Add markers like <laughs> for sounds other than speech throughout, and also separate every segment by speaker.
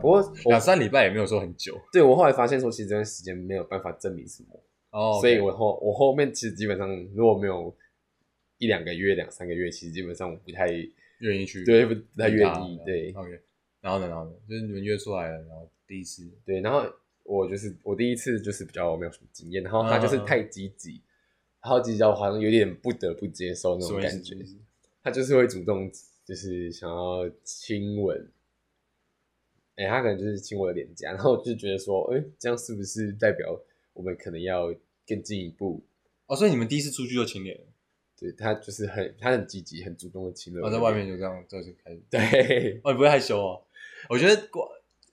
Speaker 1: 不过我
Speaker 2: 两三礼拜也没有说很久
Speaker 1: 对我后来发现说，其实这段时间没有办法证明什么，
Speaker 2: 哦，
Speaker 1: 所以我后我后面其实基本上如果没有一两个月、两三个月，其实基本上我不太
Speaker 2: 愿意去
Speaker 1: 对不不太愿
Speaker 2: 啊
Speaker 1: 意对
Speaker 2: OK，然后呢，然后呢，就是你们约出来了，然后第一次
Speaker 1: 对，然后我就是我第一次就是比较没有什么经验，然后他就是
Speaker 2: 嗯嗯嗯
Speaker 1: 太积极，然后积极到我好像有点不得不接受那
Speaker 2: 什
Speaker 1: 种
Speaker 2: 么意思
Speaker 1: 感觉，他就是会主动就是想要亲吻。哎、他可能就是亲我的脸颊，然后我就觉得说，哎、这样是不是代表我们可能要更进一步？
Speaker 2: 哦，所以你们第一次出去就亲脸了，
Speaker 1: 对他就是很，他很积极、很主动的亲了
Speaker 2: 然后
Speaker 1: 我
Speaker 2: 哦在
Speaker 1: 的
Speaker 2: 外
Speaker 1: 脸。
Speaker 2: 面就这样就是开始，
Speaker 1: 对，
Speaker 2: 哦，你不会害羞哦？我觉得过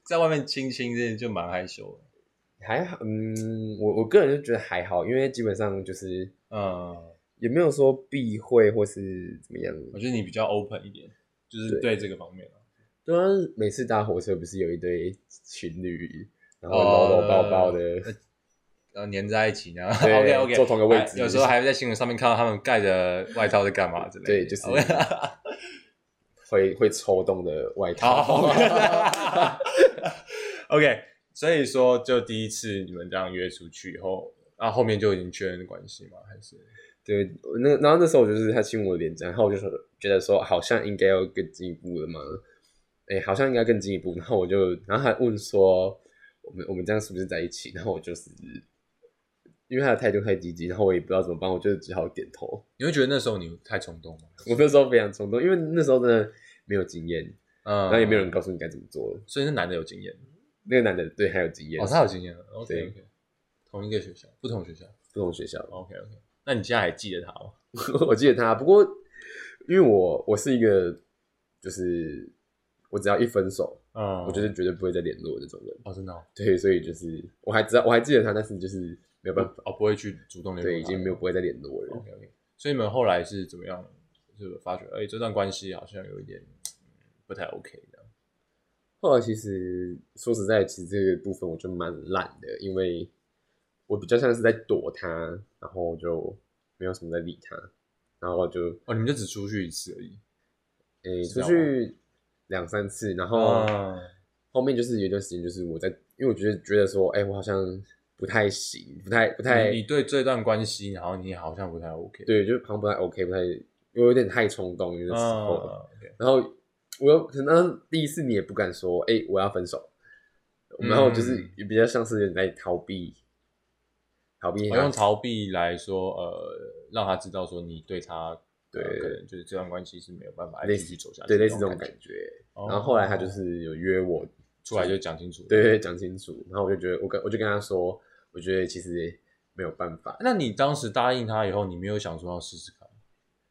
Speaker 2: 在外面亲亲这就蛮害羞的，
Speaker 1: 还好，嗯，我我个人就觉得还好，因为基本上就是
Speaker 2: 嗯，
Speaker 1: 也没有说避讳或是怎么样。
Speaker 2: 我觉得你比较 open 一点，就是对这个方面啊
Speaker 1: 对啊，每次搭火车不是有一对情侣，然后搂搂抱抱的，
Speaker 2: 哦呃然后粘在一起，然后 <laughs>
Speaker 1: 对
Speaker 2: OK OK，
Speaker 1: 坐同个位置
Speaker 2: 有时候还会在新闻上面看到他们盖着外套在干嘛之类的。
Speaker 1: 对就是
Speaker 2: 好 <laughs>
Speaker 1: 会会抽动的外套。
Speaker 2: 好哦 OK，所以说就第一次你们这样约出去以后，然后后面就已经确认关系吗？还是
Speaker 1: <laughs> 对，那然后那时候我就是他亲我的脸颊，然后我就说觉得说好像应该要更进一步了嘛，哎，好像应该更进一步。然后我就，然后他问说我们我们这样是不是在一起？然后我就是因为他的态度太积极，然后我也不知道怎么办，我就只好点头。
Speaker 2: 你会觉得那时候你太冲动吗？
Speaker 1: 我那时候非常冲动，因为那时候真的没有经验，
Speaker 2: 嗯，
Speaker 1: 然后也没有人告诉你该怎么做。
Speaker 2: 所以那男的有经验
Speaker 1: 那个男的对还有经验，啊
Speaker 2: 哦，他有经验，OK
Speaker 1: 对
Speaker 2: OK，同一个学校，不同学校
Speaker 1: 不同学校。
Speaker 2: ，OK OK，那你现在还记得他吗？
Speaker 1: <laughs> 我记得他，不过因为我我是一个，就是我只要一分手，
Speaker 2: 嗯
Speaker 1: 我就是绝对不会再联络这种人。
Speaker 2: 哦，真的哦
Speaker 1: 对，所以就是我还知道我还记得他，但是就是没有办法，
Speaker 2: 哦，不会去主动联络他，
Speaker 1: 对，已经没有不会再联络了。
Speaker 2: OK OK，所以你们后来是怎么样？就是发觉，哎、这段关系好像有一点嗯不太 OK 这样。
Speaker 1: 后来其实说实在，其实这个部分我就蛮懒的，因为我比较像是在躲他，然后就没有什么在理他，然后就
Speaker 2: 哦，你们就只出去一次而已。
Speaker 1: 诶、
Speaker 2: 是这
Speaker 1: 出
Speaker 2: 样
Speaker 1: 去两三次，然后。
Speaker 2: 嗯
Speaker 1: 后面就是有一段时间，就是我在，因为我觉得觉得说，哎、我好像不太行，不太不太
Speaker 2: 你你对这段关系，然后你好像不太 OK。
Speaker 1: 对，就是好像不太 OK，不太，我有点太冲动，有
Speaker 2: 嗯
Speaker 1: 的时候。
Speaker 2: ，OK
Speaker 1: 然后我又可能第一次你也不敢说，哎、我要分手，
Speaker 2: 嗯
Speaker 1: 然后就是也比较像是有点在逃避，逃避
Speaker 2: 我
Speaker 1: 他，
Speaker 2: 用逃避来说，呃，让他知道说你对他，呃
Speaker 1: 对
Speaker 2: 可能就是这段关系是没有办法
Speaker 1: 类
Speaker 2: 继
Speaker 1: 似
Speaker 2: 续走下去，
Speaker 1: 对类似这种
Speaker 2: 感
Speaker 1: 感
Speaker 2: 觉。
Speaker 1: 觉。
Speaker 2: 哦
Speaker 1: 然后后来他就是有约我，
Speaker 2: 出来就讲清楚。
Speaker 1: 对对，对讲清楚，然后我就觉得，我跟我就跟他说，我觉得其实没有办法，
Speaker 2: 那你当时答应他以后，你没有想说要试试看？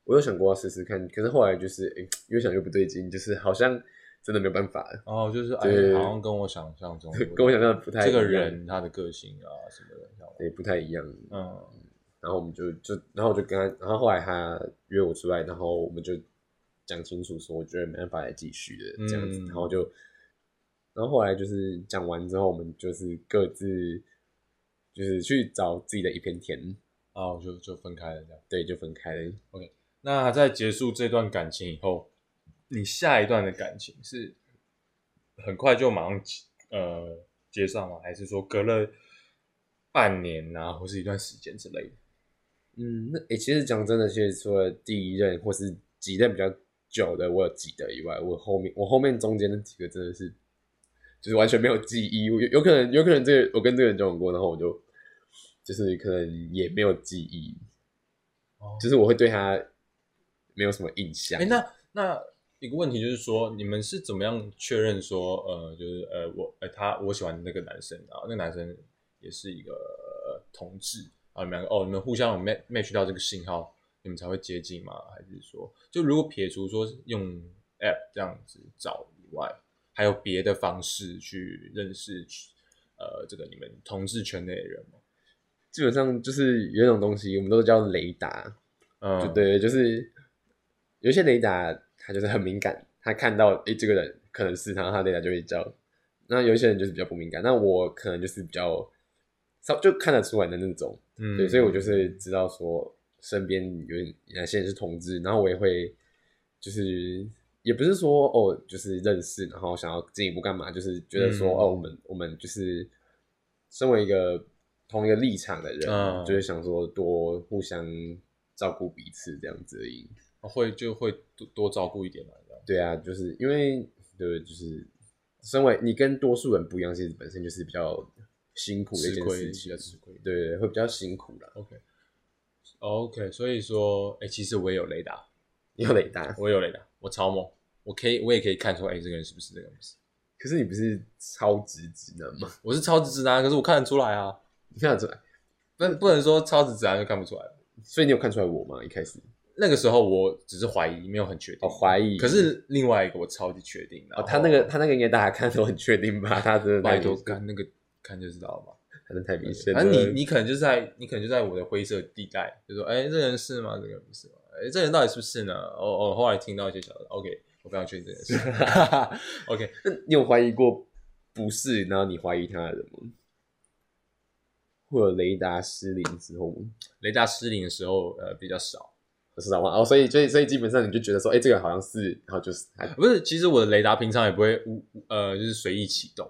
Speaker 1: 我有想过要试试看，可是后来就是，诶越想越不对劲，就是好像真的没有办法，
Speaker 2: 哦，就是哎
Speaker 1: 对，
Speaker 2: 好像跟我想象中
Speaker 1: <laughs> ，跟我想象的不太
Speaker 2: 这个
Speaker 1: 一样
Speaker 2: 人他的个性啊什么的，这样
Speaker 1: 也不太一样。
Speaker 2: 嗯，
Speaker 1: 然后我们就就，然后我就跟他，然后后来他约我出来，然后我们就讲清楚说，我觉得没办法再继续了这样子，
Speaker 2: 嗯
Speaker 1: 然后就，然后后来就是讲完之后，我们就是各自就是去找自己的一片田，
Speaker 2: 啊，我就就分开了这样。
Speaker 1: 对，就分开了。
Speaker 2: 那在结束这段感情以后，你下一段的感情是很快就马上呃接上吗？还是说隔了半年啊，或是一段时间之类的？
Speaker 1: 嗯，那诶、其实讲真的，其实除了第一任或是几任比较久的，我有记得以外，我后面我后面中间那几个真的是，就是完全没有记忆。我有有可能有可能这个我跟这个人交往过，然后我就就是可能也没有记忆，
Speaker 2: 哦
Speaker 1: 就是我会对他没有什么印象。
Speaker 2: 哎、那那一个问题就是说，你们是怎么样确认说，呃，就是呃，我呃他我喜欢那个男生，然后那个男生也是一个、呃同志，然后你们两个哦，你们互相有 match match 到这个信号，你们才会接近吗？还是说，就如果撇除说是用 app 这样子找以外，还有别的方式去认识呃这个你们同志圈内的人吗？
Speaker 1: 基本上就是有一种东西，我们都叫雷达，
Speaker 2: 嗯，
Speaker 1: 就，对，就是有些雷达他就是很敏感，他看到诶、这个人可能是他，他雷达就会叫。那有一些人就是比较不敏感，那我可能就是比较稍就看得出来的那种，
Speaker 2: 嗯，
Speaker 1: 对，所以我就是知道说身边有哪些人是同志，然后我也会就是一也不是说哦，就是认识，然后想要进一步干嘛，就是觉得说、
Speaker 2: 嗯
Speaker 1: 哦，我们我们就是身为一个同一个立场的人，
Speaker 2: 嗯
Speaker 1: 就是想说多互相照顾彼此这样子而已。
Speaker 2: 哦会就会多多照顾一点嘛，这样
Speaker 1: 对啊，就是因为对，就是身为你跟多数人不一样，其实本身就是比较辛苦的一
Speaker 2: 吃
Speaker 1: 件
Speaker 2: 亏
Speaker 1: 事
Speaker 2: 比
Speaker 1: 情
Speaker 2: 较，吃亏。
Speaker 1: 对对，会比较辛苦啦。
Speaker 2: OK OK，所以说，哎、其实我也有雷达，
Speaker 1: 你有雷达，
Speaker 2: 我也有雷达，我超猛，我可以我也可以看出，哎、这个人是不是这个样子？
Speaker 1: 可是你不是超直直男吗？ <laughs>
Speaker 2: 我是超级直男，可是我看得出来啊，
Speaker 1: 你看得出来，
Speaker 2: 那不能说超级直男就看不出来。
Speaker 1: 所以你有看出来我吗？一开始
Speaker 2: 那个时候我只是怀疑，没有很确定。
Speaker 1: 哦，怀疑，
Speaker 2: 可是另外一个我超级确定。然
Speaker 1: 哦，
Speaker 2: 后
Speaker 1: 他那个他那个应该大家看都很确定吧？他真的太
Speaker 2: 拜托
Speaker 1: 明显
Speaker 2: 看那个看就知道了嘛。
Speaker 1: 他真的太明显了。
Speaker 2: 反正你你可能就在你可能就在我的灰色地带，就说哎、这个人是吗？这个人不是吗？哎、这个人到底是不是呢？哦哦，后来听到一些小的，OK，我非常确定这件事。OK，
Speaker 1: <laughs> 那你有怀疑过不是，然后你怀疑他的人吗？或者雷达失灵之后吗？
Speaker 2: 雷达失灵的时候，呃，比较少。
Speaker 1: 我知道吗？哦，所以所以所以基本上你就觉得说，哎、这个好像是，然后就是他
Speaker 2: 不是，其实我的雷达平常也不会无无呃，就是随意启动。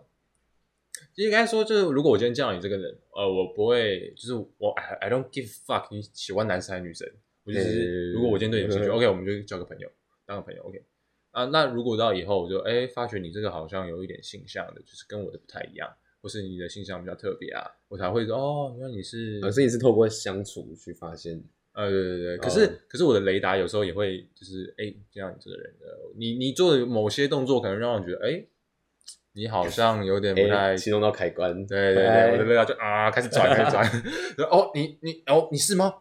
Speaker 2: 应该说，就是如果我今天见到你这个人，呃，我不会，就是我 I I don't give fuck 你喜欢男生还是女生，我就只是、
Speaker 1: 嗯
Speaker 2: 如果我今天对你有兴趣、
Speaker 1: 嗯
Speaker 2: o k 我们就交个朋友，当个朋友，OK。啊，那如果到以后我就哎、发觉你这个好像有一点性向的，就是跟我的不太一样，或是你的性向比较特别啊，我才会说哦，原来你是
Speaker 1: 而是你是透过相处去发现，
Speaker 2: 呃，对对对，可
Speaker 1: 哦
Speaker 2: 是、可是我的雷达有时候也会就是，哎，这样你这个人，呃，你你做的某些动作可能让我觉得，哎，你好像有点不
Speaker 1: 哎、
Speaker 2: 太，
Speaker 1: 启动到开关，
Speaker 2: 对对对，
Speaker 1: 哎
Speaker 2: 我的雷达就啊开始转 <laughs> 开始转，哦，你你哦你是吗？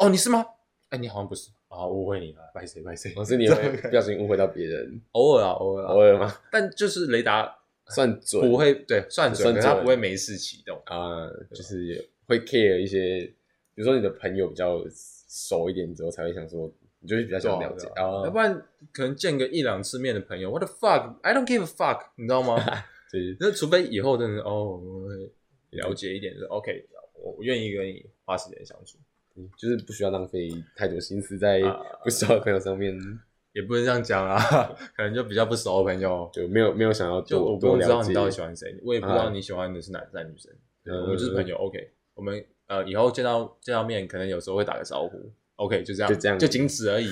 Speaker 2: 哦你是吗？哎，你好像不是啊，误会你了，拜谁拜 <laughs> 谁，
Speaker 1: 哦，所以你会不小心误会到别人，
Speaker 2: <laughs> 偶尔啊偶尔
Speaker 1: 偶
Speaker 2: 啊，
Speaker 1: 尔吗？
Speaker 2: 但就是雷达
Speaker 1: 算准
Speaker 2: 不会对算准，嗯
Speaker 1: 算
Speaker 2: 可是它
Speaker 1: 准
Speaker 2: 不会没事启动，
Speaker 1: 啊、就是会 care 一些，比如说你的朋友比较熟一点之后，才会想说，你就会比较想了解
Speaker 2: 对
Speaker 1: 啊
Speaker 2: 要，不然可能见个一两次面的朋友，what the fuck，I don't give a fuck，你知道 <laughs> 吗？
Speaker 1: 就是
Speaker 2: 那除非以后真的是哦，我会了解一点，就是 OK，我我愿意跟你花时间相处，
Speaker 1: 嗯就是不需要浪费太多心思在
Speaker 2: 啊
Speaker 1: 不熟的朋友上面，
Speaker 2: 也不能这样讲啊， <laughs> 可能就比较不熟的朋友，
Speaker 1: 就没有没有想要
Speaker 2: 就我
Speaker 1: 多多
Speaker 2: 不用知
Speaker 1: 了
Speaker 2: 道
Speaker 1: 解
Speaker 2: 你。到底喜欢谁，我也不知道
Speaker 1: 啊
Speaker 2: 你喜欢的是男男女生，对
Speaker 1: 嗯
Speaker 2: 我们就是朋友，OK，我们呃以后见到见到面，可能有时候会打个招呼，OK，就这样，
Speaker 1: 就这样
Speaker 2: 就仅此而已。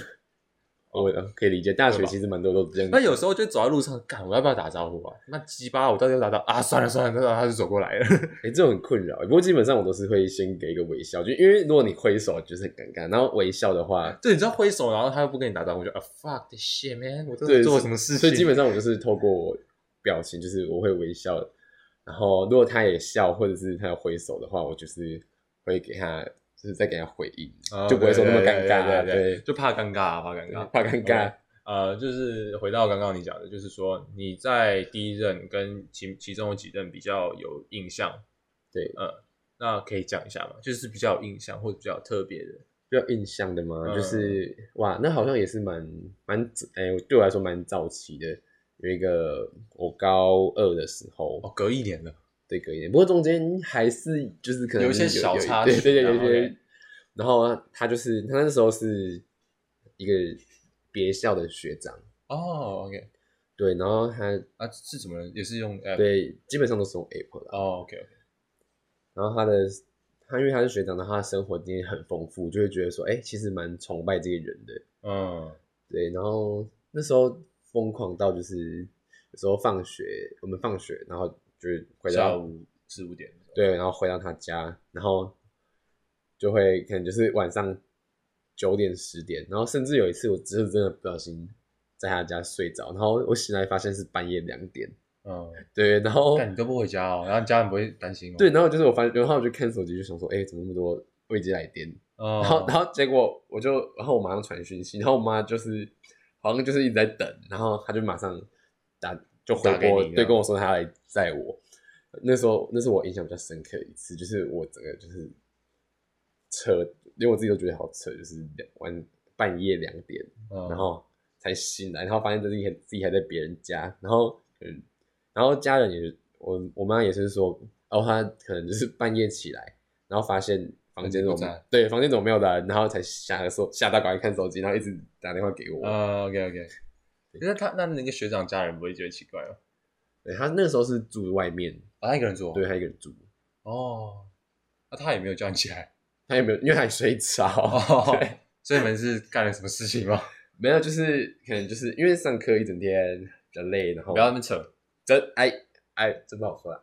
Speaker 1: 我呃可以理解，大学其实蛮多都这样
Speaker 2: 那。有时候就走在路上，干我要不要打招呼啊？那鸡巴，我到底要打到啊？算了算了，他就走过来了。
Speaker 1: 哎、这种很困扰。不过基本上我都是会先给一个微笑，就因为如果你挥手就是很尴尬，然后微笑的话，
Speaker 2: <laughs> 对，你知道挥手，然后他又不跟你打招呼，就啊 fuck the shit man，我
Speaker 1: 对
Speaker 2: 这做了什么事情？啊
Speaker 1: 所以基本上我就是透过表情，就是我会微笑，然后如果他也笑或者是他有挥手的话，我就是会给他，就是再给他回应，
Speaker 2: 哦
Speaker 1: 就不会说那么尴尬，
Speaker 2: 对
Speaker 1: 对，
Speaker 2: 就怕尴尬，怕尴尬。
Speaker 1: 怕尴尬
Speaker 2: 啊 OK。呃，就是回到刚刚你讲的，就是说你在第一任跟其其中有几任比较有印象，
Speaker 1: 对，
Speaker 2: 呃，那可以讲一下吗？就是比较有印象或者比较特别的，
Speaker 1: 比较印象的嘛，
Speaker 2: 嗯
Speaker 1: 就是哇，那好像也是蛮蛮哎、对我来说蛮早期的。有一个我高二的时候，
Speaker 2: 哦，隔一年的，
Speaker 1: 对，隔一年，不过中间还是就是可能
Speaker 2: 有一些小插曲啊
Speaker 1: 对对对，有一
Speaker 2: 然后
Speaker 1: 些
Speaker 2: 嘞。
Speaker 1: 然后他就是他那时候是一个别校的学长，
Speaker 2: 哦，OK，
Speaker 1: 对，然后他
Speaker 2: 啊，是怎么也是用 app，，
Speaker 1: 对基本上都是用 Apple 的，
Speaker 2: 哦，OK，
Speaker 1: 然后他的他因为他是学长，然后他的生活经验很丰富，就会觉得说，哎、其实蛮崇拜这个人的，
Speaker 2: 嗯，
Speaker 1: 对，然后那时候疯狂到就是有时候放学我们放学，然后就回
Speaker 2: 下
Speaker 1: 到
Speaker 2: 午四五点，，
Speaker 1: 对，然后回到他家，然后就会可能就是晚上九点十点，然后甚至有一次我只是真的不小心在他家睡着，然后我醒来发现是半夜两点，
Speaker 2: 嗯，
Speaker 1: 对，然后
Speaker 2: 但你都不回家哦，然后家人不会担心哦，
Speaker 1: 哦对，，然后就是我发现，然后我就看手机就想说，哎，怎么那么多未接来电？
Speaker 2: 然
Speaker 1: 然后然后结果我就，然后我马上传讯息，然后我妈就是好像就是一直在等，然后她就马上打就回
Speaker 2: 打给
Speaker 1: 拨
Speaker 2: 你，这
Speaker 1: 对，
Speaker 2: 样
Speaker 1: 跟我说她来载我。那时候那是我印象比较深刻的一次，就是我整个就是扯，连我自己都觉得好扯，就是两晚半夜两点，
Speaker 2: 哦
Speaker 1: 然后才醒来，然后发现自己还自己还在别人家，然后嗯，然后家人也是我我妈也是说，哦，她可能就是半夜起来，然后发现房间怎
Speaker 2: 不
Speaker 1: 么
Speaker 2: 在
Speaker 1: 对房间
Speaker 2: 呃哦
Speaker 1: 怎么没有人，然后才吓得说吓到赶快看手机，然后一直打电话给我，
Speaker 2: 啊，OK OK，那他那那个学长家人不会觉得奇怪吗？哦
Speaker 1: 对他那时候是住外面，
Speaker 2: 啊，他一个人住哦
Speaker 1: 对他一个人住，
Speaker 2: 哦，那、他也没有叫你起来
Speaker 1: 他也没有，因为他也睡
Speaker 2: <laughs>
Speaker 1: 着，
Speaker 2: 哦，所以你们是干了什么事情吗？
Speaker 1: 没有，就是可能就是因为上课一整天比较累，然后
Speaker 2: <laughs> 不要那么扯，
Speaker 1: 真哎哎，真不好说啦。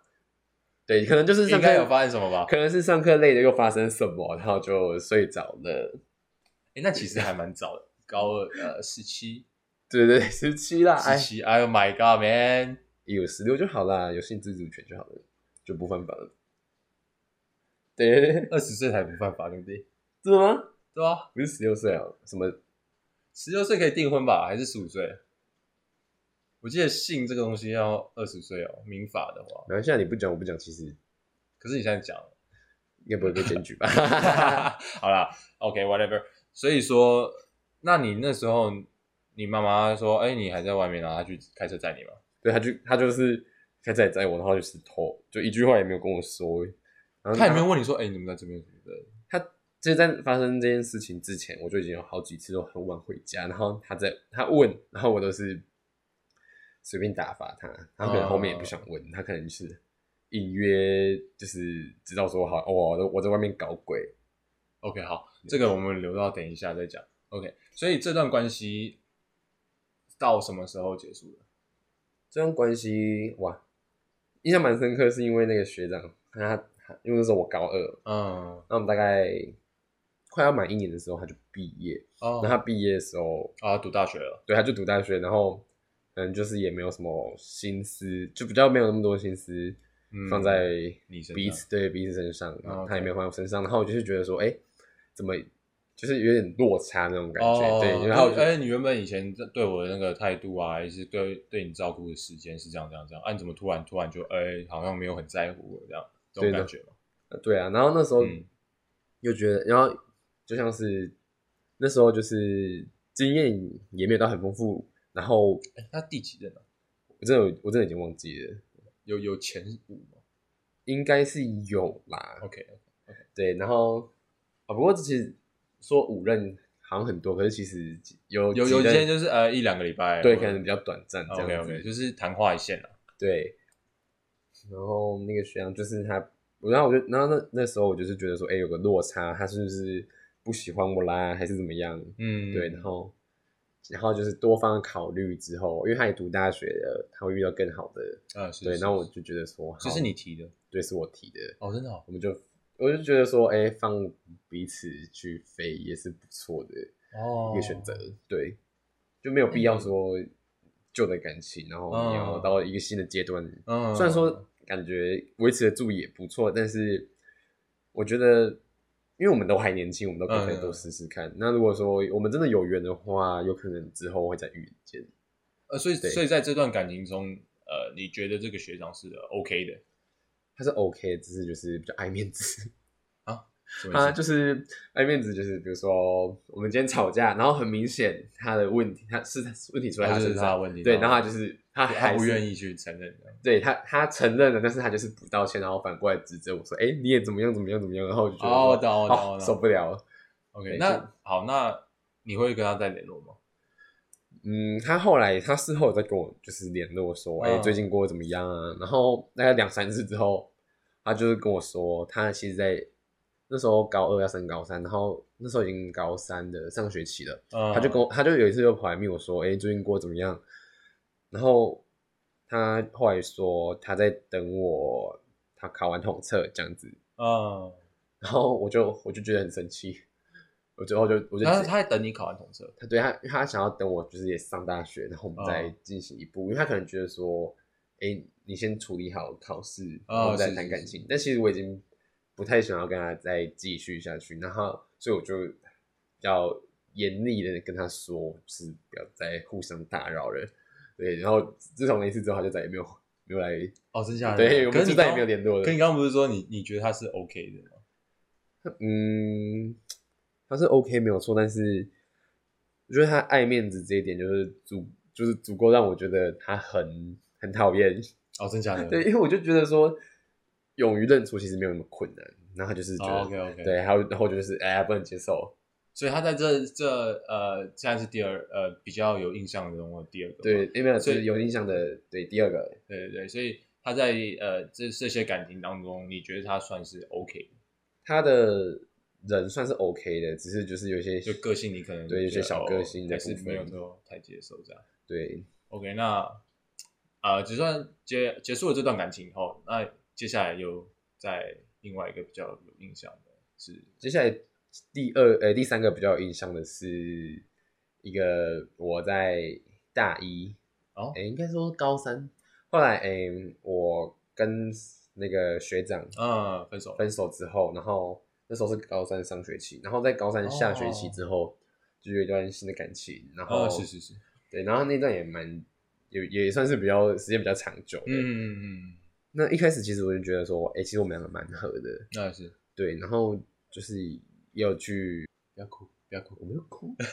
Speaker 1: 对，可能就是上
Speaker 2: <laughs> 应
Speaker 1: 课
Speaker 2: 该有发现什么吧？
Speaker 1: 可能是上课累了又发生什么，然后就睡着了。
Speaker 2: 哎、那其实还蛮早的，高二呃十七
Speaker 1: 对对对，十七啦，哎
Speaker 2: 十，七，哎呦 my god man，
Speaker 1: 有十六就好啦，有性自主权就好了，就不犯法了。对， <laughs>
Speaker 2: 二十岁才不犯法对不对？
Speaker 1: 是吗？
Speaker 2: 对啊，
Speaker 1: 不是十六岁啊，什么？
Speaker 2: 十六岁可以订婚吧？还是十五岁？我记得性这个东西要二十岁哦，民法的话。
Speaker 1: 然后现啊在你不讲，我不讲，其实
Speaker 2: 可是你现在讲，
Speaker 1: 应该不会被检举吧？ <laughs>
Speaker 2: <laughs> 好啦 o k whatever。所以说，那你那时候，你妈妈说，哎、你还在外面，然后她去开车载你吗？
Speaker 1: 对，他就他就是开始也载我，然后就是偷，就一句话也没有跟我说。然后
Speaker 2: 她有没有问你说，哎、你们在这边什么的？
Speaker 1: 就是在发生这件事情之前，我就已经有好几次都很晚回家，然后他在他问，然后我都是随便打发他，他可能后面也不想问，他可能就是隐约就是知道说好哦，我在我在外面搞鬼，
Speaker 2: OK，好，
Speaker 1: 嗯
Speaker 2: 这个我们留到等一下再讲。OK，所以这段关系到什么时候结束的？
Speaker 1: 这段关系哇，印象蛮深刻，是因为那个学长他他因为那时候我高二，
Speaker 2: 嗯，
Speaker 1: 那我们大概快要满一年的时候他就毕业，
Speaker 2: 哦，
Speaker 1: 那他毕业的时候
Speaker 2: 啊，读大学了，
Speaker 1: 对，他就读大学，然后嗯，就是也没有什么心思，就比较没有那么多心思
Speaker 2: 嗯
Speaker 1: 放在
Speaker 2: 你身上哦
Speaker 1: 彼此、对彼此身上，然后他
Speaker 2: OK
Speaker 1: 也没有放在我身上，然后我就是觉得说，哎、怎么就是有点落差那种感觉，
Speaker 2: 哦，
Speaker 1: 对，然
Speaker 2: 然
Speaker 1: 后
Speaker 2: 后
Speaker 1: 我就、
Speaker 2: 哎、你原本以前对我的那个态度啊，还是对对你照顾的时间是这样这样这样，啊，你怎么突然突然就哎、好像没有很在乎我这样这种
Speaker 1: 对的
Speaker 2: 感觉嘛？
Speaker 1: 对啊，然后那时候
Speaker 2: 嗯
Speaker 1: 又觉得，然后就像是那时候就是经验也没有到很丰富，然后
Speaker 2: 哎、那第几任啊？
Speaker 1: 我真的我真的已经忘记了，
Speaker 2: 有有前五吗
Speaker 1: 应该是有啦，
Speaker 2: ？OK，
Speaker 1: 对，然后啊、不过其实说五任好像很多，可是其实有
Speaker 2: 有
Speaker 1: 几
Speaker 2: 有一
Speaker 1: 任
Speaker 2: 些就是呃一两个礼拜，
Speaker 1: 对，可能比较短暂这样子。
Speaker 2: OK OK，就是昙花一现啊。
Speaker 1: 对。然后那个学长就是他，我然后我就然后那那时候我就是觉得说，哎、有个落差，他是不是不喜欢我啦，还是怎么样？
Speaker 2: 嗯，
Speaker 1: 对，然后然后就是多方考虑之后，因为他也读大学了，他会遇到更好的。
Speaker 2: 呃，是
Speaker 1: 对，
Speaker 2: 是
Speaker 1: 然后我
Speaker 2: 是
Speaker 1: 就觉得说，
Speaker 2: 这
Speaker 1: 好
Speaker 2: 是你提的
Speaker 1: 对，是我提的。
Speaker 2: 哦，真的、哦。
Speaker 1: 我们就我就觉得说，哎、放彼此去飞也是不错的
Speaker 2: 哦
Speaker 1: 一个选择，对，就没有必要说旧的感情，然后
Speaker 2: 嗯
Speaker 1: 你要到一个新的阶段。
Speaker 2: 嗯，
Speaker 1: 虽然说感觉维持得住也不错，但是我觉得，因为我们都还年轻，我们都可以
Speaker 2: 嗯
Speaker 1: 多试试看。那如果说我们真的有缘的话，有可能之后会再遇见。
Speaker 2: 呃，所以
Speaker 1: 对
Speaker 2: 所以在这段感情中，呃，你觉得这个学长是呃 OK 的
Speaker 1: 他是 OK，只是就是比较爱面子。
Speaker 2: 什么
Speaker 1: 他
Speaker 2: 意思？
Speaker 1: 啊就是爱面子，就是比如说我们今天吵架，然后很明显他的问题，他是问题出在
Speaker 2: 还
Speaker 1: 他
Speaker 2: 是
Speaker 1: 身
Speaker 2: 他的
Speaker 1: 上，
Speaker 2: 问题？
Speaker 1: 对，然后他就是他啊还
Speaker 2: 他不愿
Speaker 1: 意，
Speaker 2: 意去承认的。
Speaker 1: 对他他承认了，但是他就是不道歉，然后反过来指责我说，哎，你也怎么样怎么样怎么样，然后我就觉得
Speaker 2: 哦，我
Speaker 1: 说
Speaker 2: 懂，我懂，
Speaker 1: 哦
Speaker 2: 我
Speaker 1: 受
Speaker 2: 懂。
Speaker 1: 不了了，
Speaker 2: OK，
Speaker 1: 对
Speaker 2: 那好，那你会跟他再联络吗？
Speaker 1: 嗯，他后来他事后有再跟我就是联络说，哎，
Speaker 2: 嗯
Speaker 1: 最近过得怎么样啊？然后大概两三次之后，他就是跟我说，他其实在那时候高二要升高三，然后那时候已经高三的上学期了。
Speaker 2: 嗯，
Speaker 1: 他就跟我，他就有一次就跑来密我说：“哎、最近过得怎么样？”然后他后来说他在等我，他考完统测这样子。
Speaker 2: 嗯，
Speaker 1: 然后我就我就觉得很生气，我最后就我就
Speaker 2: 然后
Speaker 1: 他
Speaker 2: 他在等你考完统测。
Speaker 1: 他对他因为他想要等我就是也上大学，然后我们再
Speaker 2: 哦
Speaker 1: 进行一步，因为他可能觉得说：“哎、你先处理好考试，
Speaker 2: 哦
Speaker 1: 然后再
Speaker 2: 是
Speaker 1: 谈
Speaker 2: 是
Speaker 1: 感
Speaker 2: 是
Speaker 1: 情。但其实我已经不太想要跟他再继续下去，然后所以我就比较严厉的跟他说，就是不要再互相打扰了。对，然后自从那一次之后，他就再也没有没有来，
Speaker 2: 哦，真假的？
Speaker 1: 对，我
Speaker 2: 可
Speaker 1: 们
Speaker 2: 是
Speaker 1: 就
Speaker 2: 你
Speaker 1: 再
Speaker 2: 刚
Speaker 1: 也没有联络
Speaker 2: 可你
Speaker 1: 了。
Speaker 2: 刚刚不是说你你觉得他是 OK 的吗？
Speaker 1: 嗯，他是 OK 没有错，但是我觉得他爱面子这一点就是足就是足够让我觉得他很很讨厌。
Speaker 2: 哦，真假
Speaker 1: <laughs>
Speaker 2: 的？
Speaker 1: 对，因为我就觉得说，勇于认错其实没有那么困难，然后他就是觉得、
Speaker 2: 哦，OK OK。
Speaker 1: 对，还有然后就是哎呀不能接受，
Speaker 2: 所以他在这这呃，现在是第二呃比较有印象中的第二个嘛，
Speaker 1: 对，因为就
Speaker 2: 所以
Speaker 1: 是有印象的，对，第二个，
Speaker 2: 对对对，所以他在呃这这些感情当中，你觉得他算是 OK，
Speaker 1: 他的人算是 OK 的，只是就是有一些
Speaker 2: 就个性你可能
Speaker 1: 对有些
Speaker 2: 觉得
Speaker 1: 小
Speaker 2: 哦
Speaker 1: 个性的
Speaker 2: 还是
Speaker 1: 部分
Speaker 2: 没有说太接受这样。
Speaker 1: 对
Speaker 2: OK，那呃，就算结结束了这段感情以后，那接下来又在另外一个比较有印象的是，
Speaker 1: 接下来第二呃第三个比较有印象的是一个我在大一，
Speaker 2: 哦
Speaker 1: 哎、应该说高三，后来哎、我跟那个学长
Speaker 2: 嗯，分手了，
Speaker 1: 分手之后，然后那时候是高三上学期，然后在高三下学期之后、就有一段新的感情，然后、
Speaker 2: 嗯，是是是，
Speaker 1: 对，然后那段也蛮也也算是比较时间比较长久的。
Speaker 2: 嗯嗯嗯嗯，
Speaker 1: 那一开始其实我就觉得说，哎、其实我们两个蛮合的，
Speaker 2: 那也是，
Speaker 1: 对，然后就是也有去，
Speaker 2: 不要哭，不要哭，
Speaker 1: 我没有哭。 <laughs>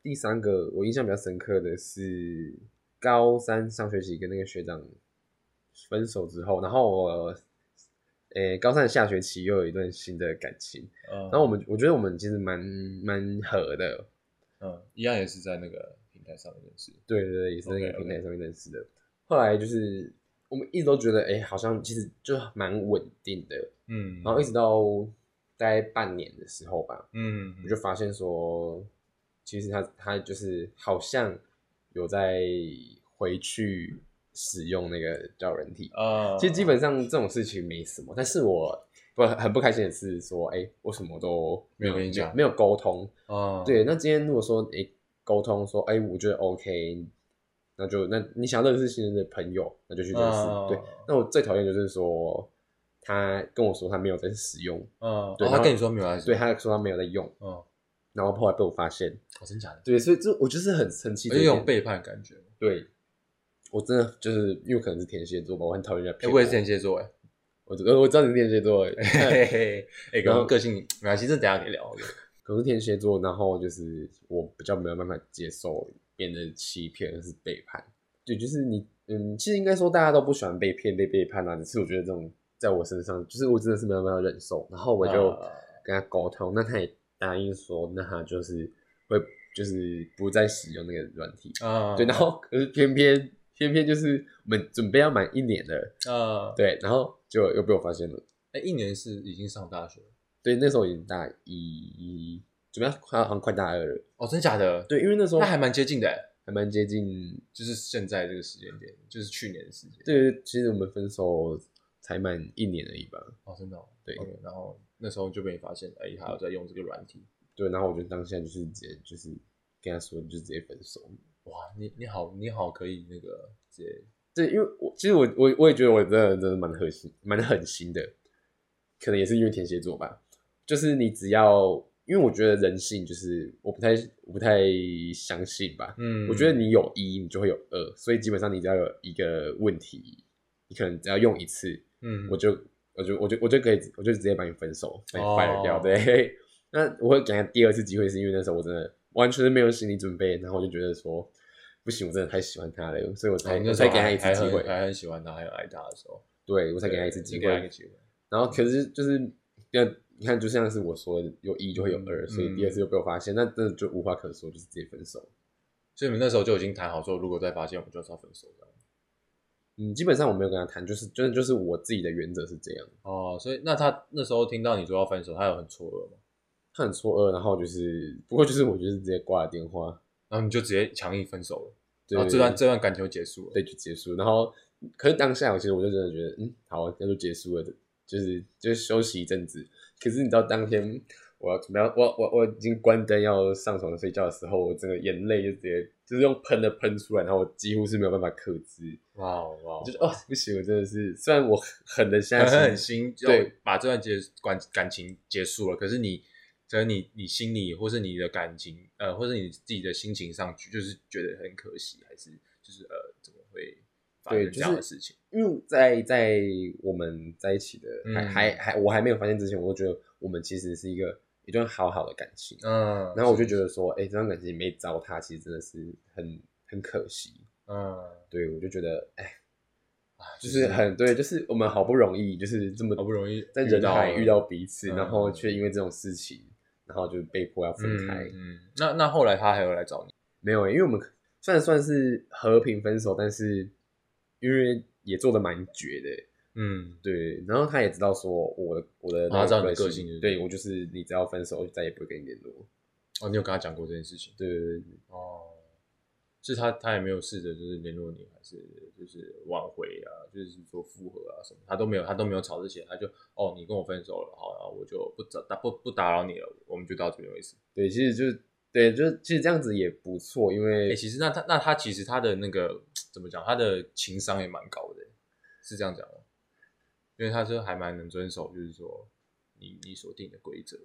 Speaker 1: 第三个我印象比较深刻的是高三上学期跟那个学长分手之后，然后我，诶、高三下学期又有一段新的感情，
Speaker 2: 嗯，
Speaker 1: 然后我们我觉得我们其实蛮蛮合的，
Speaker 2: 嗯，一样也是在那个平台上面认识，
Speaker 1: 对对对，也是那个
Speaker 2: OK，OK
Speaker 1: 平台上面认识的。后来就是我们一直都觉得，哎、好像其实就蛮稳定的，
Speaker 2: 嗯，
Speaker 1: 然后一直到大概半年的时候吧，
Speaker 2: 嗯，
Speaker 1: 我就发现说，其实他他就是好像有在回去使用那个叫人体。
Speaker 2: 呃，
Speaker 1: 其实基本上这种事情没什么，但是我不很不开心的是说，哎、我什么都没有
Speaker 2: 没有跟你讲
Speaker 1: 没有沟通，
Speaker 2: 哦，
Speaker 1: 对，那今天如果说诶沟通说，哎、我觉得 OK，那就那你想认识新的朋友，那就去认识。
Speaker 2: 嗯
Speaker 1: 对，那我最讨厌就是说他跟我说他没有在使用，
Speaker 2: 嗯，
Speaker 1: 对然
Speaker 2: 哦他
Speaker 1: 后
Speaker 2: 跟你说没有关系，
Speaker 1: 对，他说他没有在用，
Speaker 2: 嗯，哦，
Speaker 1: 然后后来被我发现，
Speaker 2: 真假的，
Speaker 1: 对，所以这我就是很生气这
Speaker 2: 有
Speaker 1: 一
Speaker 2: 一
Speaker 1: 点，
Speaker 2: 种背叛的感觉，
Speaker 1: 对。我真的就是因为可能是天蝎座吧，我很讨厌人家
Speaker 2: 哎，
Speaker 1: 骗
Speaker 2: 我也是天蝎座，哎，
Speaker 1: 我呃我我知道你是天蝎座，
Speaker 2: <laughs> 嘿嘿
Speaker 1: 哎
Speaker 2: 嘿，哎，
Speaker 1: 然
Speaker 2: 然
Speaker 1: 后
Speaker 2: 后个性没关系，这等一下可以聊。
Speaker 1: 可是天蝎座，然后就是我比较没有办法接受别人的欺骗或是背叛。对，就是你，嗯，其实应该说大家都不喜欢被骗、被背叛啊。只是我觉得这种在我身上，就是我真的是没有办法忍受。然后我就
Speaker 2: 啊
Speaker 1: 跟他沟通，那他也答应说，那他就是会就是不再使用那个软体。
Speaker 2: 啊，
Speaker 1: 对，然后可是偏偏偏偏就是我们准备要满一年了，
Speaker 2: 啊，
Speaker 1: 对，然后就又被我发现了。
Speaker 2: 哎，一年是已经上大学了
Speaker 1: 对，那时候已经大一，准备要快好像快大二了。
Speaker 2: 哦，真假的？，
Speaker 1: 对，因为那时候
Speaker 2: 那还蛮接近的，哎
Speaker 1: 还蛮接近。
Speaker 2: 就是现在这个时间点，就是去年的时间。，
Speaker 1: 对，其实我们分手才满一年而已吧。
Speaker 2: 哦，真的哦，
Speaker 1: 对
Speaker 2: OK，然后那时候就被你发现，哎，他有在用这个软体，
Speaker 1: 对，然后我就当下就是直接就是跟他说，就直接分手。
Speaker 2: 哇，你你好，你好，可以那个直接
Speaker 1: 对，因为我其实我我我也觉得我真的真的蛮狠心，蛮狠心的，可能也是因为天蝎座吧。就是你只要，因为我觉得人性就是我不太我不太相信吧。
Speaker 2: 嗯
Speaker 1: 我觉得你有一，你就会有二，所以基本上你只要有一个问题，你可能只要用一次，
Speaker 2: 嗯，
Speaker 1: 我就我就我就我就可以，我就直接把你分手，把你
Speaker 2: 哦
Speaker 1: fire 掉。对， <laughs> 那我会给他第二次机会，是因为那时候我真的完全没有心理准备，然后我就觉得说不行，我真的太喜欢他了，所以我才、
Speaker 2: 哦你
Speaker 1: 我
Speaker 2: 那时
Speaker 1: 才
Speaker 2: 候
Speaker 1: 给他一次
Speaker 2: 还
Speaker 1: 机
Speaker 2: 还很还
Speaker 1: 会，
Speaker 2: 很喜欢他，还很爱他的时候，
Speaker 1: 对我才给他
Speaker 2: 对
Speaker 1: 一次机
Speaker 2: 你给他一
Speaker 1: 会
Speaker 2: 个。机会。
Speaker 1: 然后可是就是要你看，就像是我说的，有一就会有二，
Speaker 2: 嗯
Speaker 1: 所以第二次就被我发现，那真的就无话可说，就是直接分手。
Speaker 2: 所以你们那时候就已经谈好说，如果再发现，我们就是要分手这样。
Speaker 1: 嗯，基本上我没有跟他谈，就是真的就是我自己的原则是这样。
Speaker 2: 哦，所以那他那时候听到你说要分手，他有很错愕吗？
Speaker 1: 他很错愕，然后就是不过就是我就是直接挂了电话，
Speaker 2: 然后你就直接强硬分手了，
Speaker 1: 对
Speaker 2: 哦然后这段这段感情就结束了。
Speaker 1: 对，就结束。然后，可是当下我其实我就真的觉得，嗯，好，那就结束了，就是就是休息一阵子。可是你知道，当天我要准备要我我我已经关灯要上床睡觉的时候，我整个眼泪就直接就是用喷的喷出来，然后我几乎是没有办法克制，
Speaker 2: 哇哦哇哦
Speaker 1: 我，就觉得哦不行，我真的是虽然我狠的下
Speaker 2: 很
Speaker 1: 心，
Speaker 2: 狠心，
Speaker 1: 对
Speaker 2: 对，把这段结感感情结束了。可是你，可是你，你心里或是你的感情，呃，或是你自己的心情上，就是觉得很可惜，还是就是呃，怎么会发
Speaker 1: 对
Speaker 2: 生
Speaker 1: 就是
Speaker 2: 这样的事情？
Speaker 1: 因为在在我们在一起的还、
Speaker 2: 嗯
Speaker 1: 还还我还没有发现之前，我就觉得我们其实是一个一段好好的感情。
Speaker 2: 嗯
Speaker 1: 然后我就觉得说，哎、这段感情没糟蹋，其实真的是很很可惜。
Speaker 2: 嗯，
Speaker 1: 对，我就觉得，哎，
Speaker 2: 啊
Speaker 1: 就是很对，就是我们好不容易，就是这么
Speaker 2: 好不容易
Speaker 1: 在人海遇
Speaker 2: 遇
Speaker 1: 到
Speaker 2: 到
Speaker 1: 彼此，
Speaker 2: 嗯
Speaker 1: 然后却因为这种事情，然后就被迫要分开。
Speaker 2: 嗯，嗯那那后来他还有来找你，
Speaker 1: 没有欸，因为我们虽然算是和平分手，但是因为也做的蛮绝的欸，
Speaker 2: 嗯，
Speaker 1: 对。然后他也知道说我的我的
Speaker 2: 哦他知道你的
Speaker 1: 个
Speaker 2: 个性就是
Speaker 1: 对我就是你只要分手，我就再也不会跟你联络。
Speaker 2: 哦，你有跟他讲过这件事情？
Speaker 1: 对对对对
Speaker 2: 哦，是他他也没有试着就是联络你，还是就是挽回啊，就是说复合啊什么，他都没有，他都没有吵这些，他就哦，你跟我分手了，好，然后我就不打打不不打扰你了，我们就到这边为止。
Speaker 1: 对，其实就是对，就是其实这样子也不错，因
Speaker 2: 哎、
Speaker 1: 为
Speaker 2: 其实那他那他其实他的那个怎么讲，他的情商也蛮高的，是这样讲的，因为他是还蛮能遵守，就是说你你所定的规则。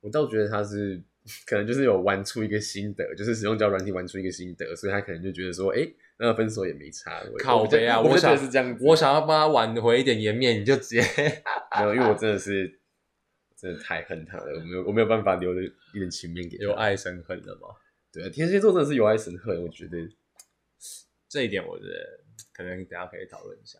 Speaker 1: 我倒觉得他是可能就是有玩出一个心得，就是使用交友软体玩出一个心得，所以他可能就觉得说，哎、那分手也没差。我
Speaker 2: 靠背啊，
Speaker 1: 我比较我比较觉
Speaker 2: 想
Speaker 1: 得是这样子，
Speaker 2: 我想要帮他挽回一点颜面，你就直接 <laughs> 啊
Speaker 1: 没有，因为我真的是真的太恨他了，我没有我没有办法留着一点情面给他。
Speaker 2: 由爱生恨了嘛。
Speaker 1: 对，啊天蝎座真的是有爱神恨，我觉得
Speaker 2: 这一点我觉得可能等一下可以讨论一下。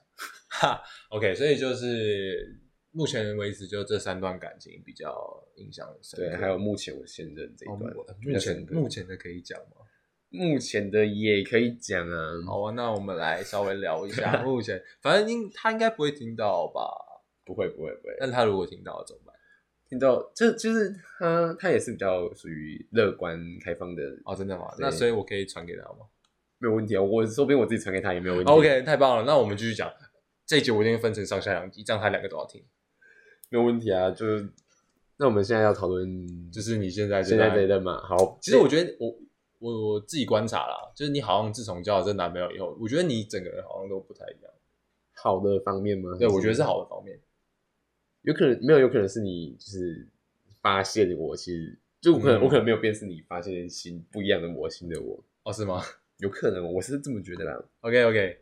Speaker 2: 哈，OK，所以就是目前为止，就这三段感情比较印象深刻。
Speaker 1: 对，啊还有目前我现任这一
Speaker 2: 哦
Speaker 1: 段，
Speaker 2: 目前目
Speaker 1: 前
Speaker 2: 前的可以讲吗？
Speaker 1: 目前的也可以讲啊。
Speaker 2: 好啊，那我们来稍微聊一下目前，反正应他应该不会听到吧？
Speaker 1: 不会不会不会，
Speaker 2: 但他如果听到了怎么办？
Speaker 1: 听到这就是他，他也是比较属于乐观开放的，
Speaker 2: 哦，真的吗？
Speaker 1: 对
Speaker 2: 那所以我可以传给他吗
Speaker 1: 没有问题啊。我说不定我自己传给他也没有问题。
Speaker 2: ？OK，太棒了，那我们继续讲。这一集我一定分成上下两集，这样他两个都要听。
Speaker 1: 没有问题啊。就是那我们现在要讨论，
Speaker 2: 就是是你现在
Speaker 1: 现在这一段嘛。好，
Speaker 2: 其实我觉得我我我自己观察啦，就是你好像自从交了这男朋友以后，我觉得你整个人好像都不太一样。
Speaker 1: 好的方面吗？
Speaker 2: 对，我觉得是好的方面。
Speaker 1: 有可能没有，有可能是你就是发现我，其实就我可能、
Speaker 2: 嗯
Speaker 1: 我可能没有变，是你发现新不一样的我，新的我，
Speaker 2: 哦，是吗
Speaker 1: 有可能我是这么觉得啦。
Speaker 2: ？OK OK，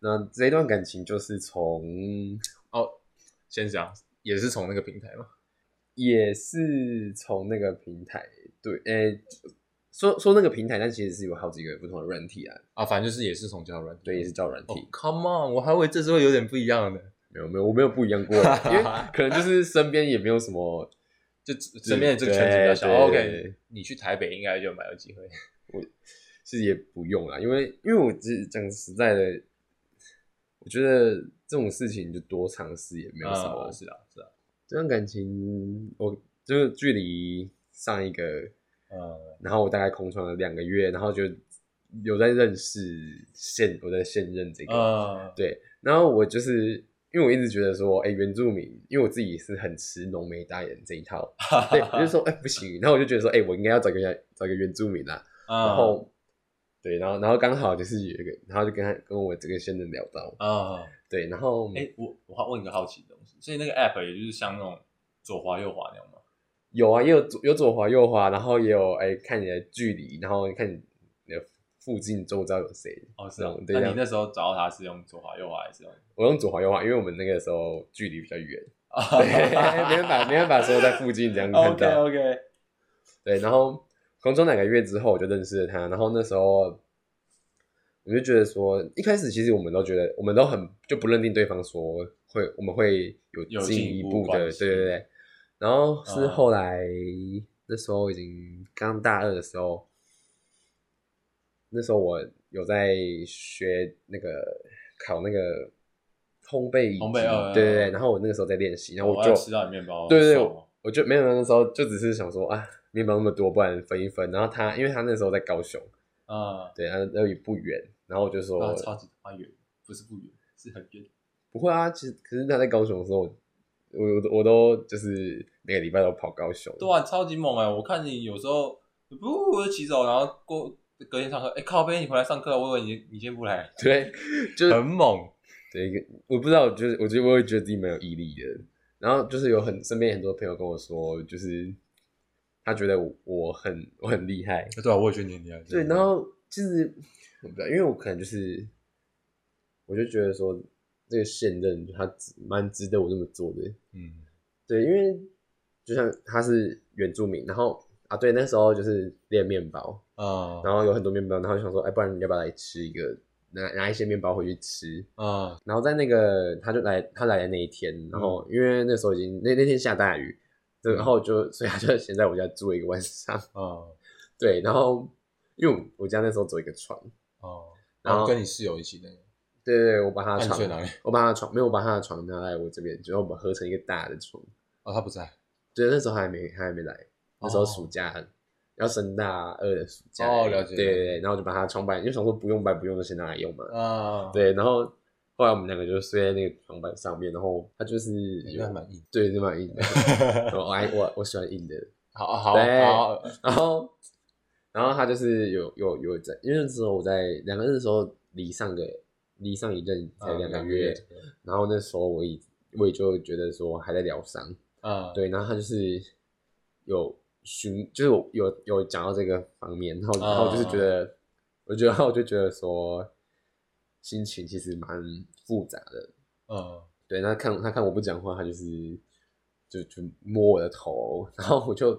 Speaker 1: 那这一段感情就是从
Speaker 2: 哦，先讲也是从那个平台嘛。
Speaker 1: 也是从那个平台对，诶、说说那个平台，但其实是有好几个不同的软体啊，
Speaker 2: 啊，反正就是也是从交友软体。
Speaker 1: 对，也是叫软体，
Speaker 2: 哦，Come on，我还以为这时候有点不一样的，
Speaker 1: 没有没有，我没有不一样过，因为可能就是身边也没有什么，
Speaker 2: 就身边的这个圈子比较小。哦
Speaker 1: 对对
Speaker 2: OK，
Speaker 1: 对
Speaker 2: 你去台北应该就蛮有机会。
Speaker 1: 其实也不用啦，因为因为我只是讲实在的，我觉得这种事情就多尝试也没有什么。
Speaker 2: 啊是啊是啊，
Speaker 1: 这段感情，我就是距离上一个，
Speaker 2: 嗯，
Speaker 1: 然后我大概空窗了两个月，然后就有在认识现我在现任这个，
Speaker 2: 呃，
Speaker 1: 对，然后我就是因为我一直觉得说，哎、原住民，因为我自己是很吃浓眉大眼这一套，对，我就说，哎、不行，然后我就觉得说，哎、我应该要找个原找个原住民啦，然
Speaker 2: 然
Speaker 1: 后、对，然后然后刚好就是有一个，然后就跟他跟我这个先生聊到，
Speaker 2: 啊，
Speaker 1: 对，然后、
Speaker 2: 哎，我我好问一个好奇的东西，所以那个 App 也就是像那种左滑右滑那种吗？
Speaker 1: 有啊，也有左有左滑右滑，然后也有哎、看你的距离，然后看你的附近周遭有谁，
Speaker 2: 哦，是哦
Speaker 1: 嗯。对
Speaker 2: 那
Speaker 1: 这
Speaker 2: 你
Speaker 1: 样
Speaker 2: 那时候找到他是用左滑右滑还是用？
Speaker 1: 我用左滑右滑，因为我们那个时候距离比较远， <laughs> 对， <laughs> 没
Speaker 2: 对
Speaker 1: 办法没办法说在
Speaker 2: <laughs>
Speaker 1: 附近这样看
Speaker 2: OK
Speaker 1: 到，
Speaker 2: OK，
Speaker 1: 对，然后空中两个月之后我就认识了他，然后那时候。我就觉得说，一开始其实我们都觉得，我们都很就不认定对方说会，我们会
Speaker 2: 有
Speaker 1: 有
Speaker 2: 进
Speaker 1: 进
Speaker 2: 一
Speaker 1: 一
Speaker 2: 步
Speaker 1: 步的，
Speaker 2: 关系
Speaker 1: 对对对。然后是
Speaker 2: 嗯
Speaker 1: 后来、那时候已经刚大二的时候，那时候我有在学那个考那个烘焙乙
Speaker 2: 烘
Speaker 1: 级
Speaker 2: 焙哦
Speaker 1: 对对
Speaker 2: 哦
Speaker 1: 对。
Speaker 2: 哦
Speaker 1: 然后我那个时候在练习，然后
Speaker 2: 我
Speaker 1: 就
Speaker 2: 要吃到你面包，
Speaker 1: 对对对
Speaker 2: 爽哦
Speaker 1: 我就没有那时候就只是想说啊，面包那么多，不然分一分。然后他因为他那时候在高雄，
Speaker 2: 嗯，
Speaker 1: 对，他那里不远，然后我就说、
Speaker 2: 啊，超级他妈远，不是不远，是很远。
Speaker 1: 不会啊，其实可是他在高雄的时候，我我都我都就是每个礼拜都跑高雄。
Speaker 2: 对啊，超级猛哎！我看你有时候不我就骑走，然后过隔天上课，哎靠背，你回来上课了，我以为你你今天不来，
Speaker 1: <laughs> 对，就是
Speaker 2: 很猛。
Speaker 1: 对，一个我不知道，就是我觉得我也觉得自己蛮有毅力的。然后就是有很身边很多朋友跟我说，就是他觉得我我很我很厉害。
Speaker 2: 对啊，我也觉得你很厉害。
Speaker 1: 对，然后就是嗯我不知道，因为我可能就是，我就觉得说这个现任他值蛮值得我这么做的。
Speaker 2: 嗯，
Speaker 1: 对，因为就像他是原住民，然后啊，对，那时候就是练面包，
Speaker 2: 啊
Speaker 1: 然后有很多面包，然后就想说，哎，不然你要不要来吃一个，拿拿一些面包回去吃。
Speaker 2: 啊
Speaker 1: 嗯然后在那个他就来他来的那一天，然后因为那时候已经那那天下大雨，对，然后我就所以他就先在我家住了一个晚上， <laughs>
Speaker 2: 哦
Speaker 1: 对，然后因为我我家那时候只有一个床，
Speaker 2: 哦，
Speaker 1: 然
Speaker 2: 然
Speaker 1: 后
Speaker 2: 后跟你室友一起那个，
Speaker 1: 对对，我把他
Speaker 2: 那
Speaker 1: 的
Speaker 2: 你
Speaker 1: 床
Speaker 2: 睡，哪里？
Speaker 1: 我把他的床没有，我把他的床拿来我这边，然后我们合成一个大的床，
Speaker 2: 哦，他不在。
Speaker 1: 对，那时候还没还没来，那时候暑假、要升大二的暑假，
Speaker 2: 哦了解
Speaker 1: 对对对，然后我就把他的床板，因为想说不用搬不用就先拿来用嘛，
Speaker 2: 啊，，
Speaker 1: 对，然后后来我们两个就睡在那个床板上面，然后他就是
Speaker 2: 你还蛮硬。
Speaker 1: 对，是蛮硬
Speaker 2: <laughs>
Speaker 1: 的，然后我爱我我喜欢硬的，
Speaker 2: 好好啊
Speaker 1: 对
Speaker 2: 好，
Speaker 1: 然后然后他就是有有有在，因为那时候我在两个那时候离上个离上一任才
Speaker 2: 嗯
Speaker 1: 两个月，
Speaker 2: 左右
Speaker 1: 然后那时候我也我也就觉得说还在疗伤，
Speaker 2: 啊，
Speaker 1: 对，然后他就是有询，就是我有有讲到这个方面，然后然后就是觉得，我觉得然后我就觉得说，心情其实蛮复杂的。
Speaker 2: 嗯，
Speaker 1: 对，那看他看我不讲话，他就是就就摸我的头，然后我就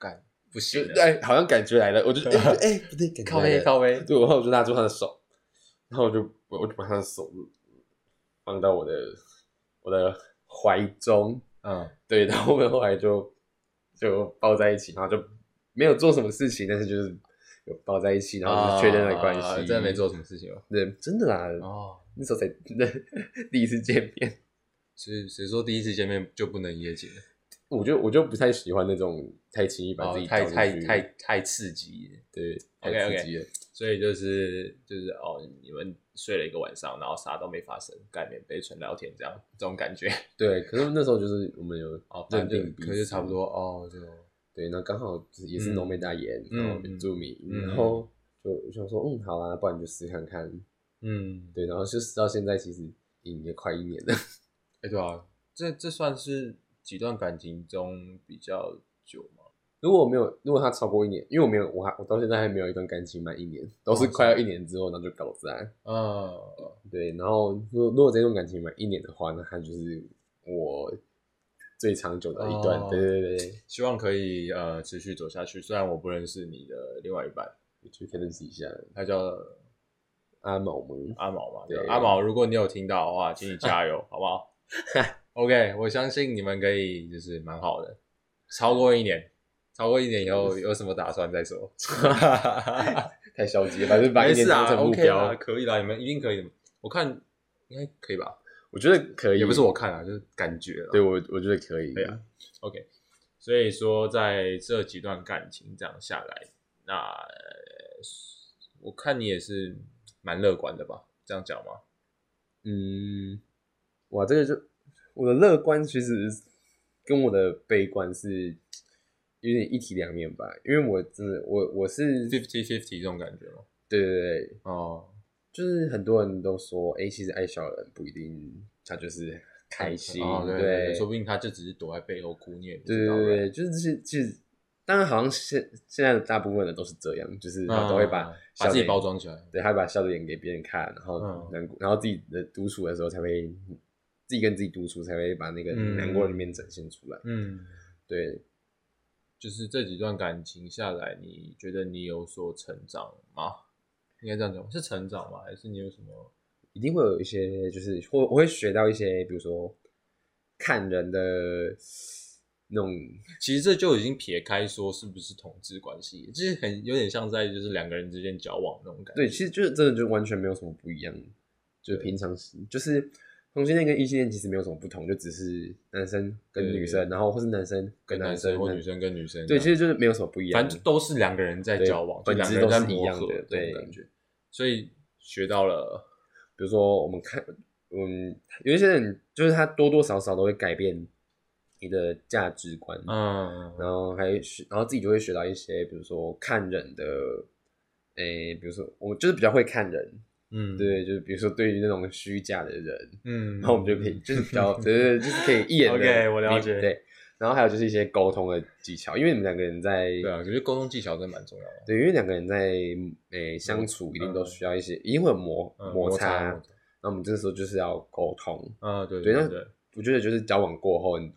Speaker 2: 干不
Speaker 1: 就
Speaker 2: 行 <laughs> 了，
Speaker 1: 哎，好像感觉来了，我就哎哎、不对，感觉
Speaker 2: 靠
Speaker 1: 来
Speaker 2: 背
Speaker 1: 了
Speaker 2: 靠背，
Speaker 1: 对，然后我就拉住他的手，然后我就我我就把他的手放到我的我的怀中，
Speaker 2: 嗯，
Speaker 1: 对，然后我们后来就就抱在一起，然后就没有做什么事情，但是就是有抱在一起，然后就是确认了关系，
Speaker 2: 啊真的没，做什么事情吧？
Speaker 1: 对，真的啦，
Speaker 2: 哦，
Speaker 1: 那时候才那第一次见面，
Speaker 2: 所以谁说第一次见面就不能一夜情？
Speaker 1: 我就我就不太喜欢那种太轻易把自
Speaker 2: 哦
Speaker 1: 己，
Speaker 2: 太
Speaker 1: 交出
Speaker 2: 太
Speaker 1: 去
Speaker 2: 太太刺激了，
Speaker 1: 对
Speaker 2: OK，OK
Speaker 1: 太刺激了，
Speaker 2: 所以就是就是哦，你们睡了一个晚上，然后啥都没发生，盖棉被、纯聊天这样这种感觉。
Speaker 1: 对，可是那时候就是我们有
Speaker 2: 哦，
Speaker 1: 认
Speaker 2: 反正
Speaker 1: 定
Speaker 2: 就
Speaker 1: 彼
Speaker 2: 可能就
Speaker 1: 此
Speaker 2: 差不多哦，就
Speaker 1: 对，那刚好就是也是
Speaker 2: 嗯
Speaker 1: 浓眉大眼，
Speaker 2: 嗯
Speaker 1: 然后
Speaker 2: 嗯
Speaker 1: 著名，
Speaker 2: 嗯
Speaker 1: 然后就我想说，嗯，好啊，不然就试看看。
Speaker 2: 嗯，
Speaker 1: 对，然后就是到现在，其实嗯也快一年了。
Speaker 2: 哎、对啊，这这算是几段感情中比较久嘛？
Speaker 1: 如果我没有，如果他超过一年，因为我没有，我还我到现在还没有一段感情满一年，都是
Speaker 2: 哦
Speaker 1: 快要一年之后，然后就搞砸。
Speaker 2: 呃，
Speaker 1: 对，然后如果如果这段感情满一年的话，那他就是我最长久的一段。
Speaker 2: 哦
Speaker 1: 对对对对，
Speaker 2: 希望可以呃持续走下去。虽然我不认识你的另外一半，
Speaker 1: 你去可以认识一下啊
Speaker 2: 他叫
Speaker 1: 阿毛们。
Speaker 2: 阿毛嘛，
Speaker 1: 对
Speaker 2: 对，阿毛，如果你有听到的话，请你加油，好不好？OK，我相信你们可以，就是蛮好的。超过一年，超过一年以后有什么打算再说。
Speaker 1: 太消极了，反正把一
Speaker 2: 没
Speaker 1: 年
Speaker 2: 事
Speaker 1: 当
Speaker 2: 啊
Speaker 1: 成目
Speaker 2: ，OK
Speaker 1: 标，
Speaker 2: 啦，可以啦，你们一定可以的。我看应该可以吧，
Speaker 1: 我觉得可以。
Speaker 2: 也不是我，看啊，就是感觉啦。
Speaker 1: 对我我觉得可以。
Speaker 2: 对啊，OK。所以说，在这几段感情这样下来，那呃我看你也是蛮乐观的吧？这样讲吗？
Speaker 1: 嗯，哇，这个就我的乐观其实跟我的悲观是有点一体两面吧，因为我真的我我是对
Speaker 2: fifty fifty 这种感觉吗？
Speaker 1: 对对，
Speaker 2: 哦，
Speaker 1: 就是很多人都说，哎、其实爱笑的人不一定他就是开心，
Speaker 2: 哦对对
Speaker 1: 对
Speaker 2: 说不定他就只是躲在背后哭，你也不
Speaker 1: 对
Speaker 2: 知道
Speaker 1: 对
Speaker 2: 对
Speaker 1: 对，就是这些其实。当然，好像现现在的大部分人都是这样，就是他都会把、
Speaker 2: 嗯把自己包，装起来。
Speaker 1: 对，他会把笑脸给别人看，然后
Speaker 2: 嗯
Speaker 1: 难过，然后自己的独处的时候才会，自己跟自己独处才会把那个
Speaker 2: 嗯
Speaker 1: 难过的一面展现出来。
Speaker 2: 嗯，
Speaker 1: 对，
Speaker 2: 就是这几段感情下来，你觉得你有所成长吗？应该这样讲，是成长吗？还是你有什么？
Speaker 1: 一定会有一些，就是我我会学到一些，比如说看人的那种，
Speaker 2: 其实这就已经撇开说是不是同志关系，就是很有点像在就是两个人之间交往那种感觉。
Speaker 1: 对，其实就是真的就完全没有什么不一样，就是平常时就是同性恋跟异性恋其实没有什么不同，就只是男生跟女生，
Speaker 2: 对
Speaker 1: 然后或是男生跟
Speaker 2: 跟
Speaker 1: 男
Speaker 2: 男
Speaker 1: 生，
Speaker 2: 生或女生跟女生这
Speaker 1: 对，
Speaker 2: 样，
Speaker 1: 其实就是没有什么不一样，
Speaker 2: 反正都是两个人在
Speaker 1: 对
Speaker 2: 交往，就
Speaker 1: 本
Speaker 2: 两
Speaker 1: 质
Speaker 2: 个人
Speaker 1: 都
Speaker 2: 在
Speaker 1: 是一
Speaker 2: 磨
Speaker 1: 样
Speaker 2: 合
Speaker 1: 的
Speaker 2: 这
Speaker 1: 对
Speaker 2: 种感觉。所以学到了，
Speaker 1: 比如说我们看，嗯，有一些人就是他多多少少都会改变你的价值观，
Speaker 2: 嗯，
Speaker 1: 然后还学，然后自己就会学到一些，比如说看人的，诶、比如说我就是比较会看人，
Speaker 2: 嗯，，
Speaker 1: 对，就是比如说对于那种虚假的人，
Speaker 2: 嗯，
Speaker 1: 然后我们就可以就是比
Speaker 2: <laughs>
Speaker 1: 较，对对，对就是可以一眼的
Speaker 2: OK，我了解
Speaker 1: 对，然后还有就是一些沟通的技巧，因为你们两个人在，
Speaker 2: 对啊，我觉得沟通技巧真的蛮重要的。
Speaker 1: 对因为两个人在诶、相处，一定都需要一些，一定会有磨
Speaker 2: 嗯
Speaker 1: 摩
Speaker 2: 擦，
Speaker 1: 擦，那我们这时候就是要沟通，
Speaker 2: 啊，对
Speaker 1: 对
Speaker 2: 对
Speaker 1: 那
Speaker 2: 对，
Speaker 1: 我觉得就是交往过后，你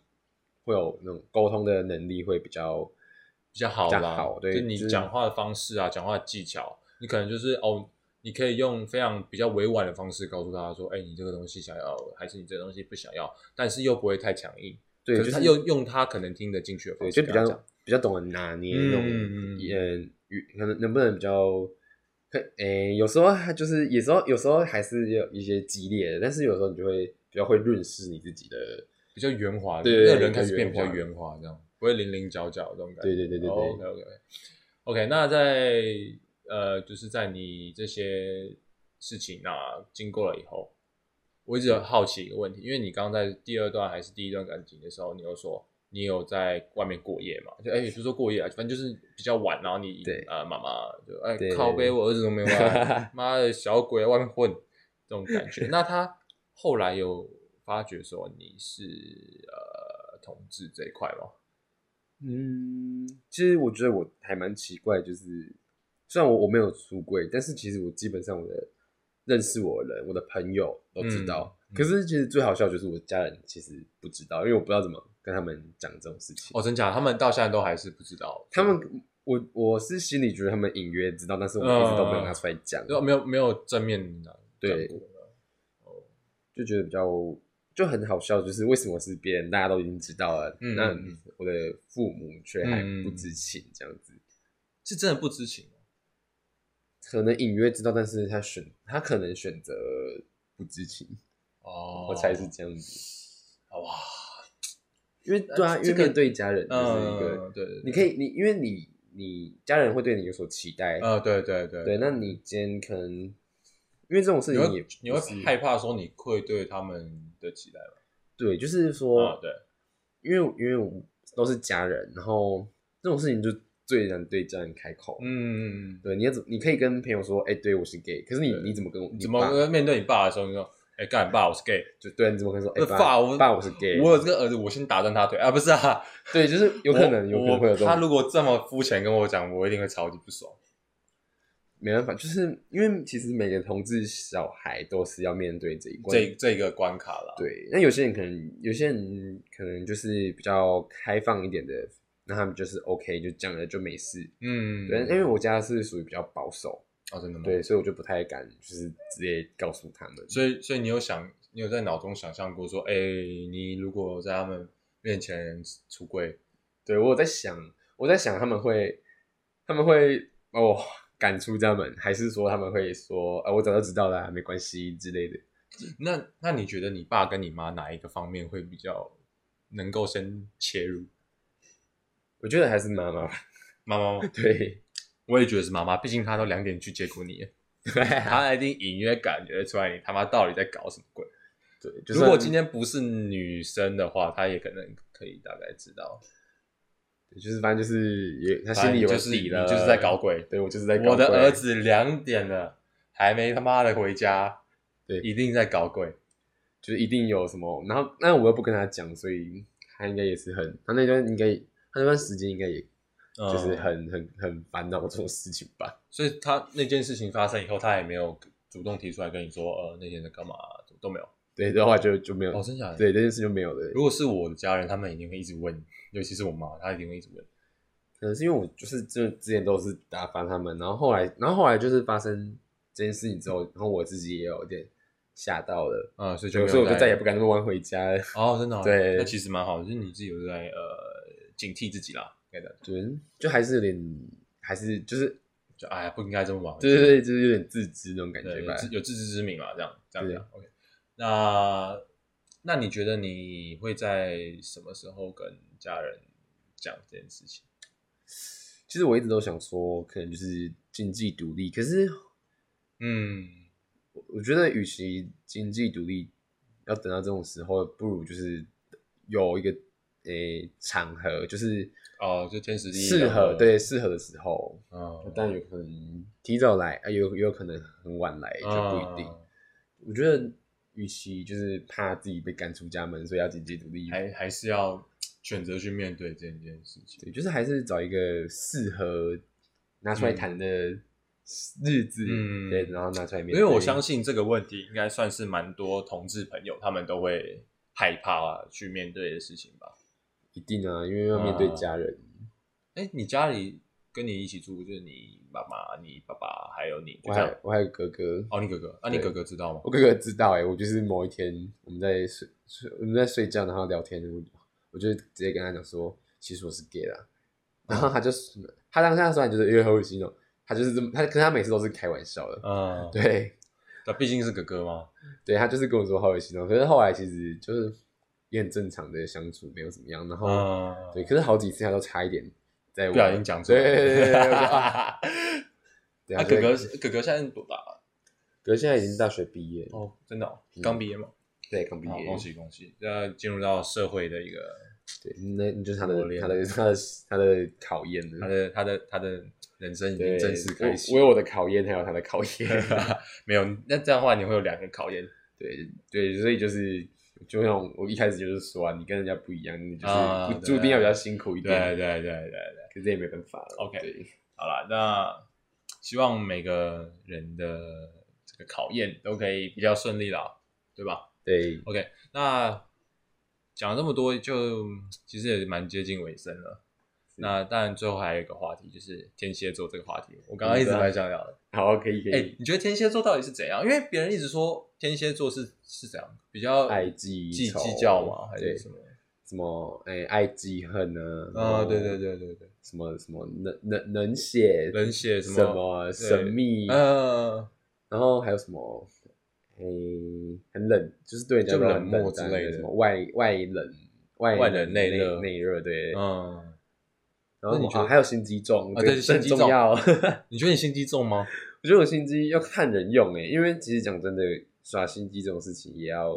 Speaker 1: 会有那种沟通的能力会比较。
Speaker 2: 比较好
Speaker 1: 比较
Speaker 2: 啦。
Speaker 1: 好对
Speaker 2: 就你
Speaker 1: 就是
Speaker 2: 讲话的方式啊，讲话的技巧，你可能就是哦，你可以用非常比较委婉的方式告诉大家说，哎、你这个东西想要，还是你这个东西不想要，但是又不会太强硬，
Speaker 1: 对，
Speaker 2: 可
Speaker 1: 就是是
Speaker 2: 他又用他可能听得进去的
Speaker 1: 对，
Speaker 2: 方
Speaker 1: 就
Speaker 2: 式
Speaker 1: 比
Speaker 2: 跟他讲
Speaker 1: 较比较懂得拿捏那种，
Speaker 2: 嗯嗯嗯
Speaker 1: 嗯，语可能能不能比较，可诶、有时候还就是有时候有时候还是有一些激烈的，但是有时候你就会比较会认识你自己的，
Speaker 2: 比较圆滑，
Speaker 1: 对对对
Speaker 2: 那个人开始变比较
Speaker 1: 比较圆
Speaker 2: 圆滑，这样不会棱棱角角这种感觉。
Speaker 1: 对对对对对
Speaker 2: OK OK 哦 OK，那在呃，就是在你这些事情啊经过了以后，我一直有好奇一个问题，因为你刚刚在第二段还是第一段感情的时候，你有说你有在外面过夜嘛？就哎，也不是说过夜啊，反正就是比较晚，然后你
Speaker 1: 对
Speaker 2: 呃妈妈就哎
Speaker 1: 对对对
Speaker 2: 靠背，我儿子都没
Speaker 1: <laughs>
Speaker 2: 有来，妈的小鬼在外面混这种感觉。 <laughs> 那他后来有发觉说你是呃同志这一块吗？
Speaker 1: 嗯，其实我觉得我还蛮奇怪，就是虽然我我没有出柜，但是其实我基本上我的认识我的人，我的朋友都知道。
Speaker 2: 嗯嗯
Speaker 1: 可是其实最好笑就是我家人其实不知道，因为我不知道怎么跟他们讲这种事情。
Speaker 2: 哦，真假？他们到现在都还是不知道，
Speaker 1: 他们我我是心里觉得他们隐约知道，但是我一直都没有拿出来讲，
Speaker 2: 就嗯啊没有没有正面的
Speaker 1: 对
Speaker 2: 讲过
Speaker 1: 就觉得比较就很好笑，就是为什么是别人大家都已经知道了，
Speaker 2: 嗯
Speaker 1: 那
Speaker 2: 嗯嗯
Speaker 1: 我的父母却还不
Speaker 2: 嗯
Speaker 1: 知情这样子。
Speaker 2: 是真的不知情吗。啊
Speaker 1: 可能隐约知道，但是他选他可能选择不知情，
Speaker 2: 哦，
Speaker 1: 我猜是这样子。
Speaker 2: 哇，
Speaker 1: 因为对啊，
Speaker 2: 呃
Speaker 1: 因
Speaker 2: 这
Speaker 1: 为
Speaker 2: 个
Speaker 1: 面对家人就是一个，
Speaker 2: 嗯，对对，对
Speaker 1: 你可以你因为你你家人会对你有所期待，
Speaker 2: 呃，对对对
Speaker 1: 对，那你今天可能因为这种事
Speaker 2: 你
Speaker 1: 情也
Speaker 2: 会
Speaker 1: 不
Speaker 2: 你会
Speaker 1: 是
Speaker 2: 害怕说你愧对他们的期待吗？
Speaker 1: 对，就是
Speaker 2: 啊，
Speaker 1: 说，
Speaker 2: 对，
Speaker 1: 因为因为我们都是家人，然后这种事情就最难对家人开口。
Speaker 2: 嗯，
Speaker 1: 对，你要怎你可以跟朋友说，哎，对我是 gay，可是你
Speaker 2: 对
Speaker 1: 你怎么跟我你
Speaker 2: 怎
Speaker 1: 爸
Speaker 2: 么面对你爸的时候，你说，哎，干，爸，我是 gay，
Speaker 1: 就对，你怎么跟他说，哎，
Speaker 2: 呃
Speaker 1: 爸
Speaker 2: 爸我
Speaker 1: 爸我是 gay，
Speaker 2: 我有这个儿子，我先打断他腿啊，不是啊，
Speaker 1: 对，就是有可能有可能会有这
Speaker 2: 我他
Speaker 1: 种
Speaker 2: 如果这么肤浅跟我讲，我一定会超级不爽。
Speaker 1: 没办法，就是因为其实每个同志小孩都是要面对这一关。
Speaker 2: 这这个关卡啦，
Speaker 1: 对，那有些人可能有些人可能就是比较开放一点的，那他们就是 OK，就讲了就没事。
Speaker 2: 嗯，
Speaker 1: 对，因为我家是属于比较保守，
Speaker 2: 哦，真的吗？
Speaker 1: 对，，所以我就不太敢就是直接告诉他们。
Speaker 2: 所以所以你有想，你有在脑中想象过说，哎，你如果在他们面前出柜，
Speaker 1: 对我有在想，我在想他们会他们会把我赶出家门，还是说他们会说，啊，我早就知道啦、没关系之类的。
Speaker 2: 那那你觉得你爸跟你妈哪一个方面会比较能够先切入？
Speaker 1: 我觉得还是妈妈吧， <laughs>
Speaker 2: 妈妈吗？
Speaker 1: 对，
Speaker 2: 我也觉得是妈妈，毕竟她都两点去接果你了， <laughs> 她一定隐约感觉出来你他妈到底在搞什么鬼。
Speaker 1: 对，就
Speaker 2: 如果
Speaker 1: 算
Speaker 2: 今天不是女生的话，她也可能可以大概知道，
Speaker 1: 对就是反正就是也他心里有
Speaker 2: 反正就是
Speaker 1: 底了，
Speaker 2: 你就是在搞鬼
Speaker 1: 对我就是在搞鬼。
Speaker 2: 我的儿，子两点了，还没他妈的回家，
Speaker 1: 对
Speaker 2: 一定在搞鬼。
Speaker 1: 就是一定有什么，然后那我又不跟他讲，所以他应该也是很，他那段应该他那段时间应该也
Speaker 2: 嗯
Speaker 1: 就是很、很很烦恼这种事情吧。
Speaker 2: 所以他那件事情发生以后，他也没有主动提出来跟你说，呃，那天在干嘛、都没有。
Speaker 1: 对，然后后来就就没有，
Speaker 2: 哦，真假的？。
Speaker 1: 对这件事就没有了。
Speaker 2: 如果是我的家人，他们一定会一直问，尤其是我妈，她一定会一直问。
Speaker 1: 可能是因为我就是就之前都是打翻他们，然后后来然后后来就是发生这件事情之后，然后我自己也有点吓到了，
Speaker 2: 啊，所以就
Speaker 1: 有
Speaker 2: 没
Speaker 1: 时候我就再也
Speaker 2: 不
Speaker 1: 不敢那么晚回家了。
Speaker 2: 哦，真的、哦。
Speaker 1: 对
Speaker 2: 那其实蛮好的，就是你自己有在呃警惕自己啦，应该的，
Speaker 1: 对，就还是有点，还是就是
Speaker 2: 就哎呀不应该这么晚。
Speaker 1: 对对对，就是有点哦自知那种感
Speaker 2: 对，
Speaker 1: 觉
Speaker 2: 有
Speaker 1: 吧。
Speaker 2: 自有自知之明嘛，这样这样
Speaker 1: 对
Speaker 2: 讲。OK，那那你觉得你会在什么时候跟家人讲这件事情？
Speaker 1: 其实我一直都想说，可能就是经济独立，可是
Speaker 2: 嗯，
Speaker 1: 我我觉得，与其经济独立，要等到这种时候，不如就是有一个诶、场合，就是
Speaker 2: 哦，就天时地利
Speaker 1: 适
Speaker 2: 人和
Speaker 1: 合对适合的时候，
Speaker 2: 嗯，
Speaker 1: 但有可能提早来，啊，有也有可能很晚来，就不一定。
Speaker 2: 嗯
Speaker 1: 我觉得，与其就是怕自己被赶出家门，所以要经济独立，
Speaker 2: 还还是要选择去面对这件事情。
Speaker 1: 对，就是还是找一个适合拿出来谈的日子，
Speaker 2: 嗯
Speaker 1: 对，然后拿出来面
Speaker 2: 因
Speaker 1: 对。
Speaker 2: 为我相信这个问题应该算是蛮多同志朋友他们都会害怕去面对的事情吧。
Speaker 1: 一定啊，因为要面对家人，
Speaker 2: 哎，你家里跟你一起住就是你妈妈、你爸爸还有你，
Speaker 1: 我
Speaker 2: 就这样
Speaker 1: 还我还有哥哥，
Speaker 2: 哦，你哥哥，啊，你
Speaker 1: 对
Speaker 2: 哥哥知道吗
Speaker 1: 欸我？哥哥知道哎、我就是某一天我们在睡睡我们在睡觉，然后聊天，我我就直接跟他讲说，其实我是 gay 啦。然后他就是他当下虽然就是因为何雨欣哦，他就是这么他，可是他每次都是开玩笑的。
Speaker 2: 嗯，
Speaker 1: 对
Speaker 2: 那毕竟是哥哥嘛，
Speaker 1: 对，他就是跟我说好有心哦，可是后来其实就是也很正常的相处，没有怎么样。然后、
Speaker 2: 嗯，
Speaker 1: 哦对，可是好几次他都差一点在我
Speaker 2: 不小心讲出来。
Speaker 1: 对对对对
Speaker 2: <laughs>
Speaker 1: 对，我就啊
Speaker 2: 啊
Speaker 1: 对啊，
Speaker 2: 哥
Speaker 1: 就
Speaker 2: 哥
Speaker 1: 是
Speaker 2: 哥哥现在多大？
Speaker 1: 哥现在已经大学毕业，了，
Speaker 2: 哦，真的哦，刚毕业嘛，
Speaker 1: 对，嗯刚毕
Speaker 2: 好，
Speaker 1: 业
Speaker 2: 恭，喜恭喜，要进入到社会的一个
Speaker 1: 对，那你就是他的
Speaker 2: 磨练
Speaker 1: 他的他的他的考验了，
Speaker 2: 他的他的他的人生已经
Speaker 1: 对，
Speaker 2: 正式开始
Speaker 1: 我。我有我的考验，还有他的考
Speaker 2: <laughs>
Speaker 1: 验。
Speaker 2: 没有，那这样的话你会有两个考验
Speaker 1: 对对，所以就是就像我一开始就是说啊，你跟人家不一样，你就是
Speaker 2: 啊
Speaker 1: 不
Speaker 2: 对
Speaker 1: 注定要比较辛苦一
Speaker 2: 对对
Speaker 1: 点，
Speaker 2: 对对对，
Speaker 1: 可是也没办法了。
Speaker 2: OK
Speaker 1: 对
Speaker 2: 好啦，那希望每个人的这个考验都可以比较顺利啦，对吧
Speaker 1: 对
Speaker 2: ？OK，那讲了这么多，就其实也蛮接近尾声了。
Speaker 1: 是
Speaker 2: 那当然，最后还有一个话题，就是天蝎座这个话题，我
Speaker 1: 嗯
Speaker 2: 刚刚一直
Speaker 1: 啊
Speaker 2: 蛮想聊的。
Speaker 1: 好，可以可
Speaker 2: 哎、
Speaker 1: 以，
Speaker 2: 你觉得天蝎座到底是怎样？因为别人一直说天蝎座是是怎样，比较
Speaker 1: 爱记
Speaker 2: 计
Speaker 1: 仇
Speaker 2: 哎计较嘛，还
Speaker 1: 对
Speaker 2: 是什么？
Speaker 1: 什么哎爱记恨啊，
Speaker 2: 啊、
Speaker 1: 然后
Speaker 2: 对对，对对对，
Speaker 1: 什么什么能能能写
Speaker 2: 冷血什
Speaker 1: 什
Speaker 2: 么
Speaker 1: 么神秘，
Speaker 2: 呃，
Speaker 1: 然后还有什么哎很冷，就是对人家
Speaker 2: 就
Speaker 1: 都
Speaker 2: 冷
Speaker 1: 很冷
Speaker 2: 漠
Speaker 1: 淡
Speaker 2: 之类的
Speaker 1: 什么外外冷外
Speaker 2: 外冷
Speaker 1: 冷
Speaker 2: 内
Speaker 1: 内
Speaker 2: 热
Speaker 1: 内热对，
Speaker 2: 嗯，
Speaker 1: 然后
Speaker 2: 那你
Speaker 1: 你
Speaker 2: 觉得
Speaker 1: 啊，还有心机重
Speaker 2: 啊
Speaker 1: 对
Speaker 2: 对
Speaker 1: 这
Speaker 2: 心
Speaker 1: 很
Speaker 2: 机
Speaker 1: 重
Speaker 2: 重 <laughs>
Speaker 1: 要。我
Speaker 2: 你觉得你心机重吗？
Speaker 1: 觉得我心机要看人用诶、因为其实讲真的，耍心机这种事情也要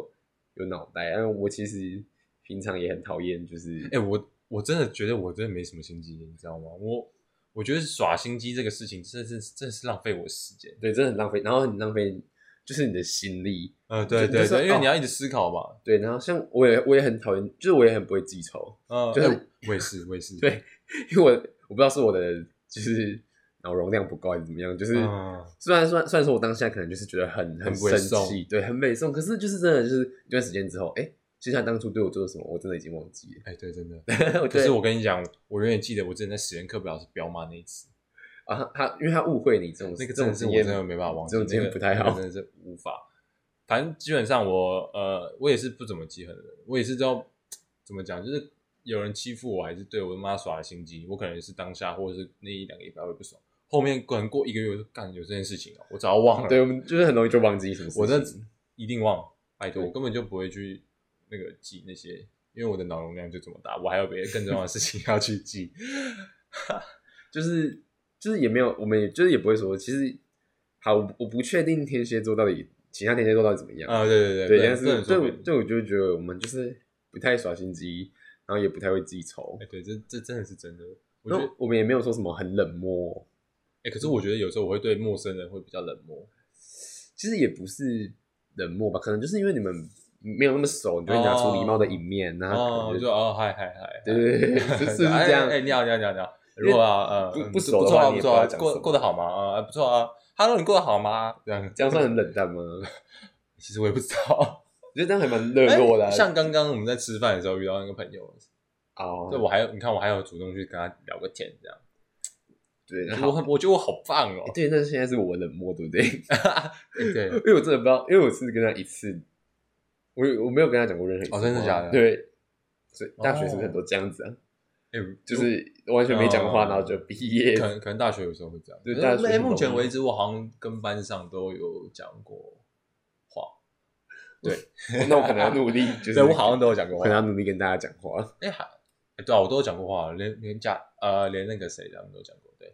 Speaker 1: 有脑袋。但我其实平常也很讨厌，就是
Speaker 2: 哎、我我真的觉得我真的没什么心机，你知道吗？我我觉得耍心机这个事情，真是真的是浪费我时间。
Speaker 1: 对，真的很浪费，然后很浪费就是你的心力。
Speaker 2: 嗯、对
Speaker 1: 就
Speaker 2: 对
Speaker 1: 就是
Speaker 2: 对，因为
Speaker 1: 哦
Speaker 2: 你要一直思考嘛。
Speaker 1: 对，然后像我也我也很讨厌，就是我也很不会记仇，
Speaker 2: 嗯、
Speaker 1: 就是
Speaker 2: 哎我也是，我也是。
Speaker 1: 对因为我我不知道是我的就是脑容量不够还是怎么样，就是。
Speaker 2: 嗯，
Speaker 1: 虽然虽然虽然说我当下可能就是觉得很
Speaker 2: 很
Speaker 1: 生
Speaker 2: 委送
Speaker 1: 气，对，很美送，可是就是真的就是一段时间之后，哎、其实他当初对我做了什么，我真的已经忘记了。
Speaker 2: 哎、对，真的。
Speaker 1: 我
Speaker 2: <laughs> 可
Speaker 1: 觉
Speaker 2: 是
Speaker 1: 得
Speaker 2: 我跟你讲，我永远记得我之前在实验课被老师彪骂那一次，
Speaker 1: 啊，他他因为他误会你这种
Speaker 2: 那个
Speaker 1: 这
Speaker 2: 真
Speaker 1: 种
Speaker 2: 的是
Speaker 1: 经
Speaker 2: 我
Speaker 1: 验
Speaker 2: 真的没办法忘记，
Speaker 1: 这种经
Speaker 2: 那
Speaker 1: 验
Speaker 2: 个
Speaker 1: 不太
Speaker 2: 那个
Speaker 1: 好
Speaker 2: 真。的是无法。反正基本上我呃，我也是不怎么记恨的人，我也是知道怎么讲，就是有人欺负我，还是对我妈耍了心机，我可能是当下或者是那一两个礼拜会不爽，后面可能过一个月我就干有这件事情哦，我早就忘了，
Speaker 1: 对，我们就是很容易就忘记什么事情。
Speaker 2: 我真的一定忘，拜托，
Speaker 1: 对
Speaker 2: 我根本就不会去那个记那些，因为我的脑容量就这么大，我还有别的更重要的事情 <laughs> 要去记。
Speaker 1: 就是就是也没有，我们也就是也不会说，其实好，我我不确定天蝎座到底其他天蝎座到底怎么样。
Speaker 2: 啊，对对
Speaker 1: 对，
Speaker 2: 不能
Speaker 1: 但
Speaker 2: 不能
Speaker 1: 是对
Speaker 2: 说别
Speaker 1: 我
Speaker 2: 人
Speaker 1: 对我就觉得我们就是不太耍心机，然后也不太会记仇
Speaker 2: 哎、，对，这这真的是真的，我觉
Speaker 1: 然
Speaker 2: 得
Speaker 1: 后我们也没有说什么很冷漠。
Speaker 2: 哎、可是我觉得有时候我会对陌生人会比较冷漠，
Speaker 1: 其实也不是冷漠吧，可能就是因为你们没有那么熟，你就会拿出礼貌的一面，然后
Speaker 2: 哦，
Speaker 1: 啊可能
Speaker 2: 就
Speaker 1: 就
Speaker 2: 哦，嗨嗨嗨，
Speaker 1: 对对对，对是是不是
Speaker 2: 哎
Speaker 1: 这样
Speaker 2: 哎、？你好，你好，你好，你好。
Speaker 1: 因为
Speaker 2: 如果啊，呃，
Speaker 1: 不
Speaker 2: 嗯
Speaker 1: 不
Speaker 2: 不
Speaker 1: 熟的
Speaker 2: 错
Speaker 1: 话
Speaker 2: 啊，
Speaker 1: 你也不知
Speaker 2: 不错
Speaker 1: 道
Speaker 2: 啊，
Speaker 1: 讲什
Speaker 2: 过
Speaker 1: 么
Speaker 2: 过得好吗？啊、呃不错啊。Hello，你过得好吗？这样
Speaker 1: 这样算很冷淡吗？
Speaker 2: 其实我也不知
Speaker 1: <laughs>
Speaker 2: 道。
Speaker 1: 我觉得这样还蛮热络的啊、
Speaker 2: 哎像刚刚我们在吃饭的时候遇到那个朋友，
Speaker 1: 哦，
Speaker 2: 对我还有你看我还有主动去跟他聊个天，这样。
Speaker 1: 对，然
Speaker 2: 我
Speaker 1: 后
Speaker 2: 很我觉得我好棒哦
Speaker 1: 哎。对，那现在是我冷漠，对不对？
Speaker 2: 哎对，
Speaker 1: 因为我真的不知道，因为我是跟他一次，我有我没有跟他讲过任何一次
Speaker 2: 哦真的
Speaker 1: 话
Speaker 2: 假的
Speaker 1: 对，所以大学是不是很多这样子啊？
Speaker 2: 哎，
Speaker 1: 就是完全没讲话，
Speaker 2: 哦
Speaker 1: 然后就毕业
Speaker 2: 可。能可能大学有时候会这样。
Speaker 1: 对
Speaker 2: 可是
Speaker 1: 大学
Speaker 2: 哎
Speaker 1: 是
Speaker 2: 目前
Speaker 1: 容易
Speaker 2: 为止我好像跟班上都有讲过话。
Speaker 1: <laughs> 那我可能要努力，
Speaker 2: <laughs>
Speaker 1: 就是
Speaker 2: 对我好像都有讲过话
Speaker 1: 可能要努力跟大家讲话。
Speaker 2: 哎、还、哎对啊，我都有讲过话，连连假呃，连那个谁他们都讲过，对，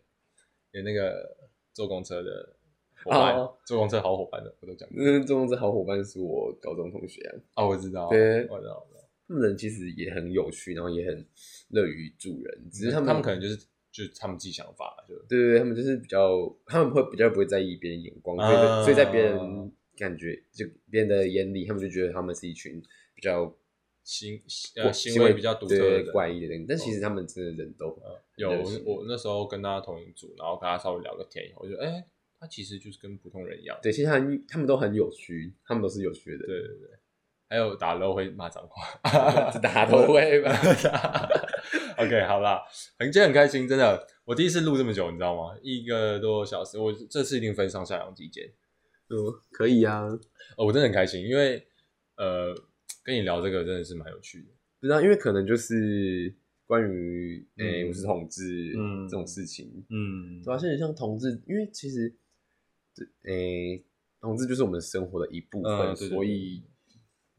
Speaker 2: 连那个坐公车的伙伴，
Speaker 1: 哦
Speaker 2: 坐公车好伙伴的我都讲过。
Speaker 1: 嗯，中之好伙伴是我高中同学啊，
Speaker 2: 哦，我知道，
Speaker 1: 对
Speaker 2: 我知道，我知道。
Speaker 1: 他们人其实也很有趣，然后也很乐于助人，只是他们
Speaker 2: 嗯他们可能就是就是他们自己想法，就
Speaker 1: 对对对，他们就是比较，他们会比较不会在意别人眼光，所以在、
Speaker 2: 啊
Speaker 1: 所以在别人感觉就别人的眼里，他们就觉得他们是一群比较
Speaker 2: 行
Speaker 1: 怪
Speaker 2: 呃行为比较独特的
Speaker 1: 对
Speaker 2: 人哦
Speaker 1: 怪异的人，但其实他们真的人都
Speaker 2: 呃有
Speaker 1: 对
Speaker 2: 我
Speaker 1: 不起
Speaker 2: 我那时候跟他同一组，然后跟他稍微聊个天以后，我就哎、他其实就是跟普通人一样。
Speaker 1: 对，其实他们他们都很有趣，他们都是有趣的人，，
Speaker 2: 对对对，还有打漏会骂脏话
Speaker 1: <laughs>
Speaker 2: <laughs>
Speaker 1: 这大家都会吧 <laughs>
Speaker 2: OK，好啦，很今天很开心，真的，我第一次录这么久，你知道吗？一个多小时，我这次一定分上下两集剪。
Speaker 1: 嗯，可以啊，
Speaker 2: 呃哦，我真的很开心，因为呃，跟你聊这个真的是蛮有趣的。
Speaker 1: 不知道，因为可能就是关于
Speaker 2: 嗯
Speaker 1: 诶、我是同志、
Speaker 2: 嗯
Speaker 1: 这种事情，
Speaker 2: 嗯
Speaker 1: 对啊，甚至像同志，因为其实这诶、同志就是我们生活的一部分，
Speaker 2: 嗯对对对
Speaker 1: 所以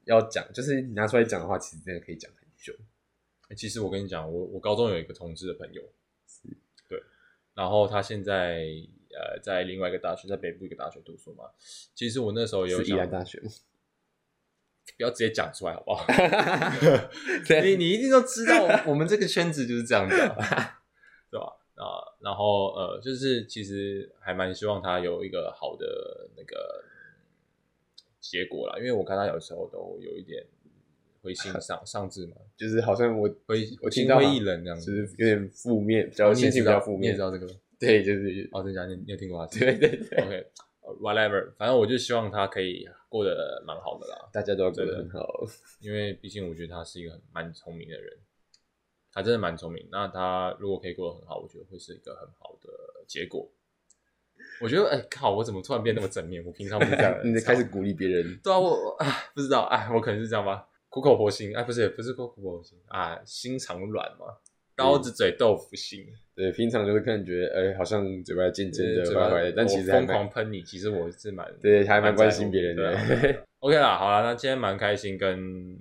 Speaker 1: 要讲，就是你拿出来讲的话，其实真的可以讲很久。
Speaker 2: 欸其实我跟你讲，我我高中有一个同志的朋友，对，然后他现在呃在另外一个大学，在北部一个大学读书嘛。其实我那时候也有
Speaker 1: 是宜
Speaker 2: 想
Speaker 1: 兰，大学吗，
Speaker 2: 不要直接讲出来好不 <laughs> 好？
Speaker 1: 对
Speaker 2: 你你一定都知道，我们这个圈子就是这样子、啊， <laughs> 对吧？啊，然后呃，就是其实还蛮希望他有一个好的那个结果啦，因为我看他有时候都有一点灰 <laughs> 心丧丧志嘛，
Speaker 1: 就是好像我
Speaker 2: 灰
Speaker 1: 我听
Speaker 2: 心
Speaker 1: 到
Speaker 2: 灰
Speaker 1: 嘛
Speaker 2: 意冷这样
Speaker 1: 就
Speaker 2: 子。
Speaker 1: 是有点负面，比
Speaker 2: 然
Speaker 1: 较
Speaker 2: 后你也
Speaker 1: 心情
Speaker 2: 知
Speaker 1: 比较
Speaker 2: 道，
Speaker 1: 负
Speaker 2: 你也
Speaker 1: 面
Speaker 2: 知，道这个吗
Speaker 1: 对，就是
Speaker 2: 哦，真假？你你有听过他？
Speaker 1: 对对对，
Speaker 2: OK，呃，whatever，反正我就希望他可以过得蛮好的啦，
Speaker 1: 大家都要过
Speaker 2: 真
Speaker 1: 得
Speaker 2: 的
Speaker 1: 很好。
Speaker 2: <laughs> 因为毕竟我觉得他是一个很蛮聪明的人，他真的蛮聪明。那他如果可以过得很好，我觉得会是一个很好的结果。我觉得，哎、靠，我怎么突然变那么正面？我平常不是这
Speaker 1: <laughs>
Speaker 2: 样 <laughs> 的人。
Speaker 1: 你开始
Speaker 2: 操
Speaker 1: 鼓励别人，
Speaker 2: 对啊，我啊不知道，哎，我可能是这样吧，苦口婆心，哎，不是不是苦口婆心啊，心肠软
Speaker 1: 嗯
Speaker 2: 嘛，刀子嘴豆腐心，
Speaker 1: 对，平常就是看觉得，哎、好像嘴巴尖尖
Speaker 2: 嘴
Speaker 1: 的、
Speaker 2: 巴
Speaker 1: 歪歪的，但
Speaker 2: 我
Speaker 1: 其实还
Speaker 2: 疯
Speaker 1: 蛮
Speaker 2: 狂喷你，其实我是蛮
Speaker 1: 对，还蛮关
Speaker 2: 在
Speaker 1: 心
Speaker 2: 乎
Speaker 1: 别人
Speaker 2: 对
Speaker 1: 的。
Speaker 2: 啊
Speaker 1: <laughs>
Speaker 2: 对啊 OK 啦，好啦，那今天蛮开心跟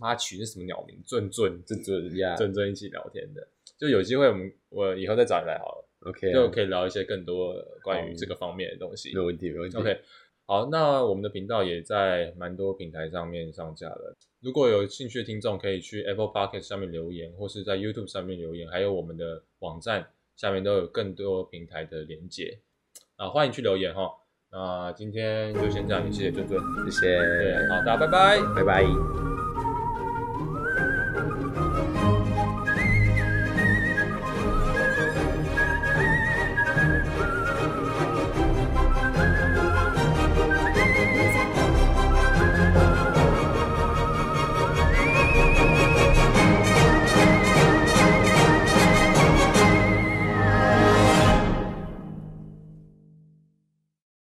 Speaker 2: 妈取是什么鸟名？俊俊
Speaker 1: 这准呀
Speaker 2: 俊俊一起聊天的，就有机会我们我以后再找你来好了，
Speaker 1: ，OK，
Speaker 2: 就
Speaker 1: 啊
Speaker 2: 可以聊一些更多关于这个方面的东西
Speaker 1: 没。有问题，没有问题。
Speaker 2: OK，好，那我们的频道也在蛮多平台上面上架了。如果有兴趣的听众，可以去 Apple Podcast 上面留言，或是在 YouTube 上面留言，还有我们的网站下面都有更多平台的连接啊，欢迎去留言哈。那今天就先这样，也谢谢尊尊，
Speaker 1: 谢谢，
Speaker 2: 对，好，大家拜拜。
Speaker 1: 拜拜。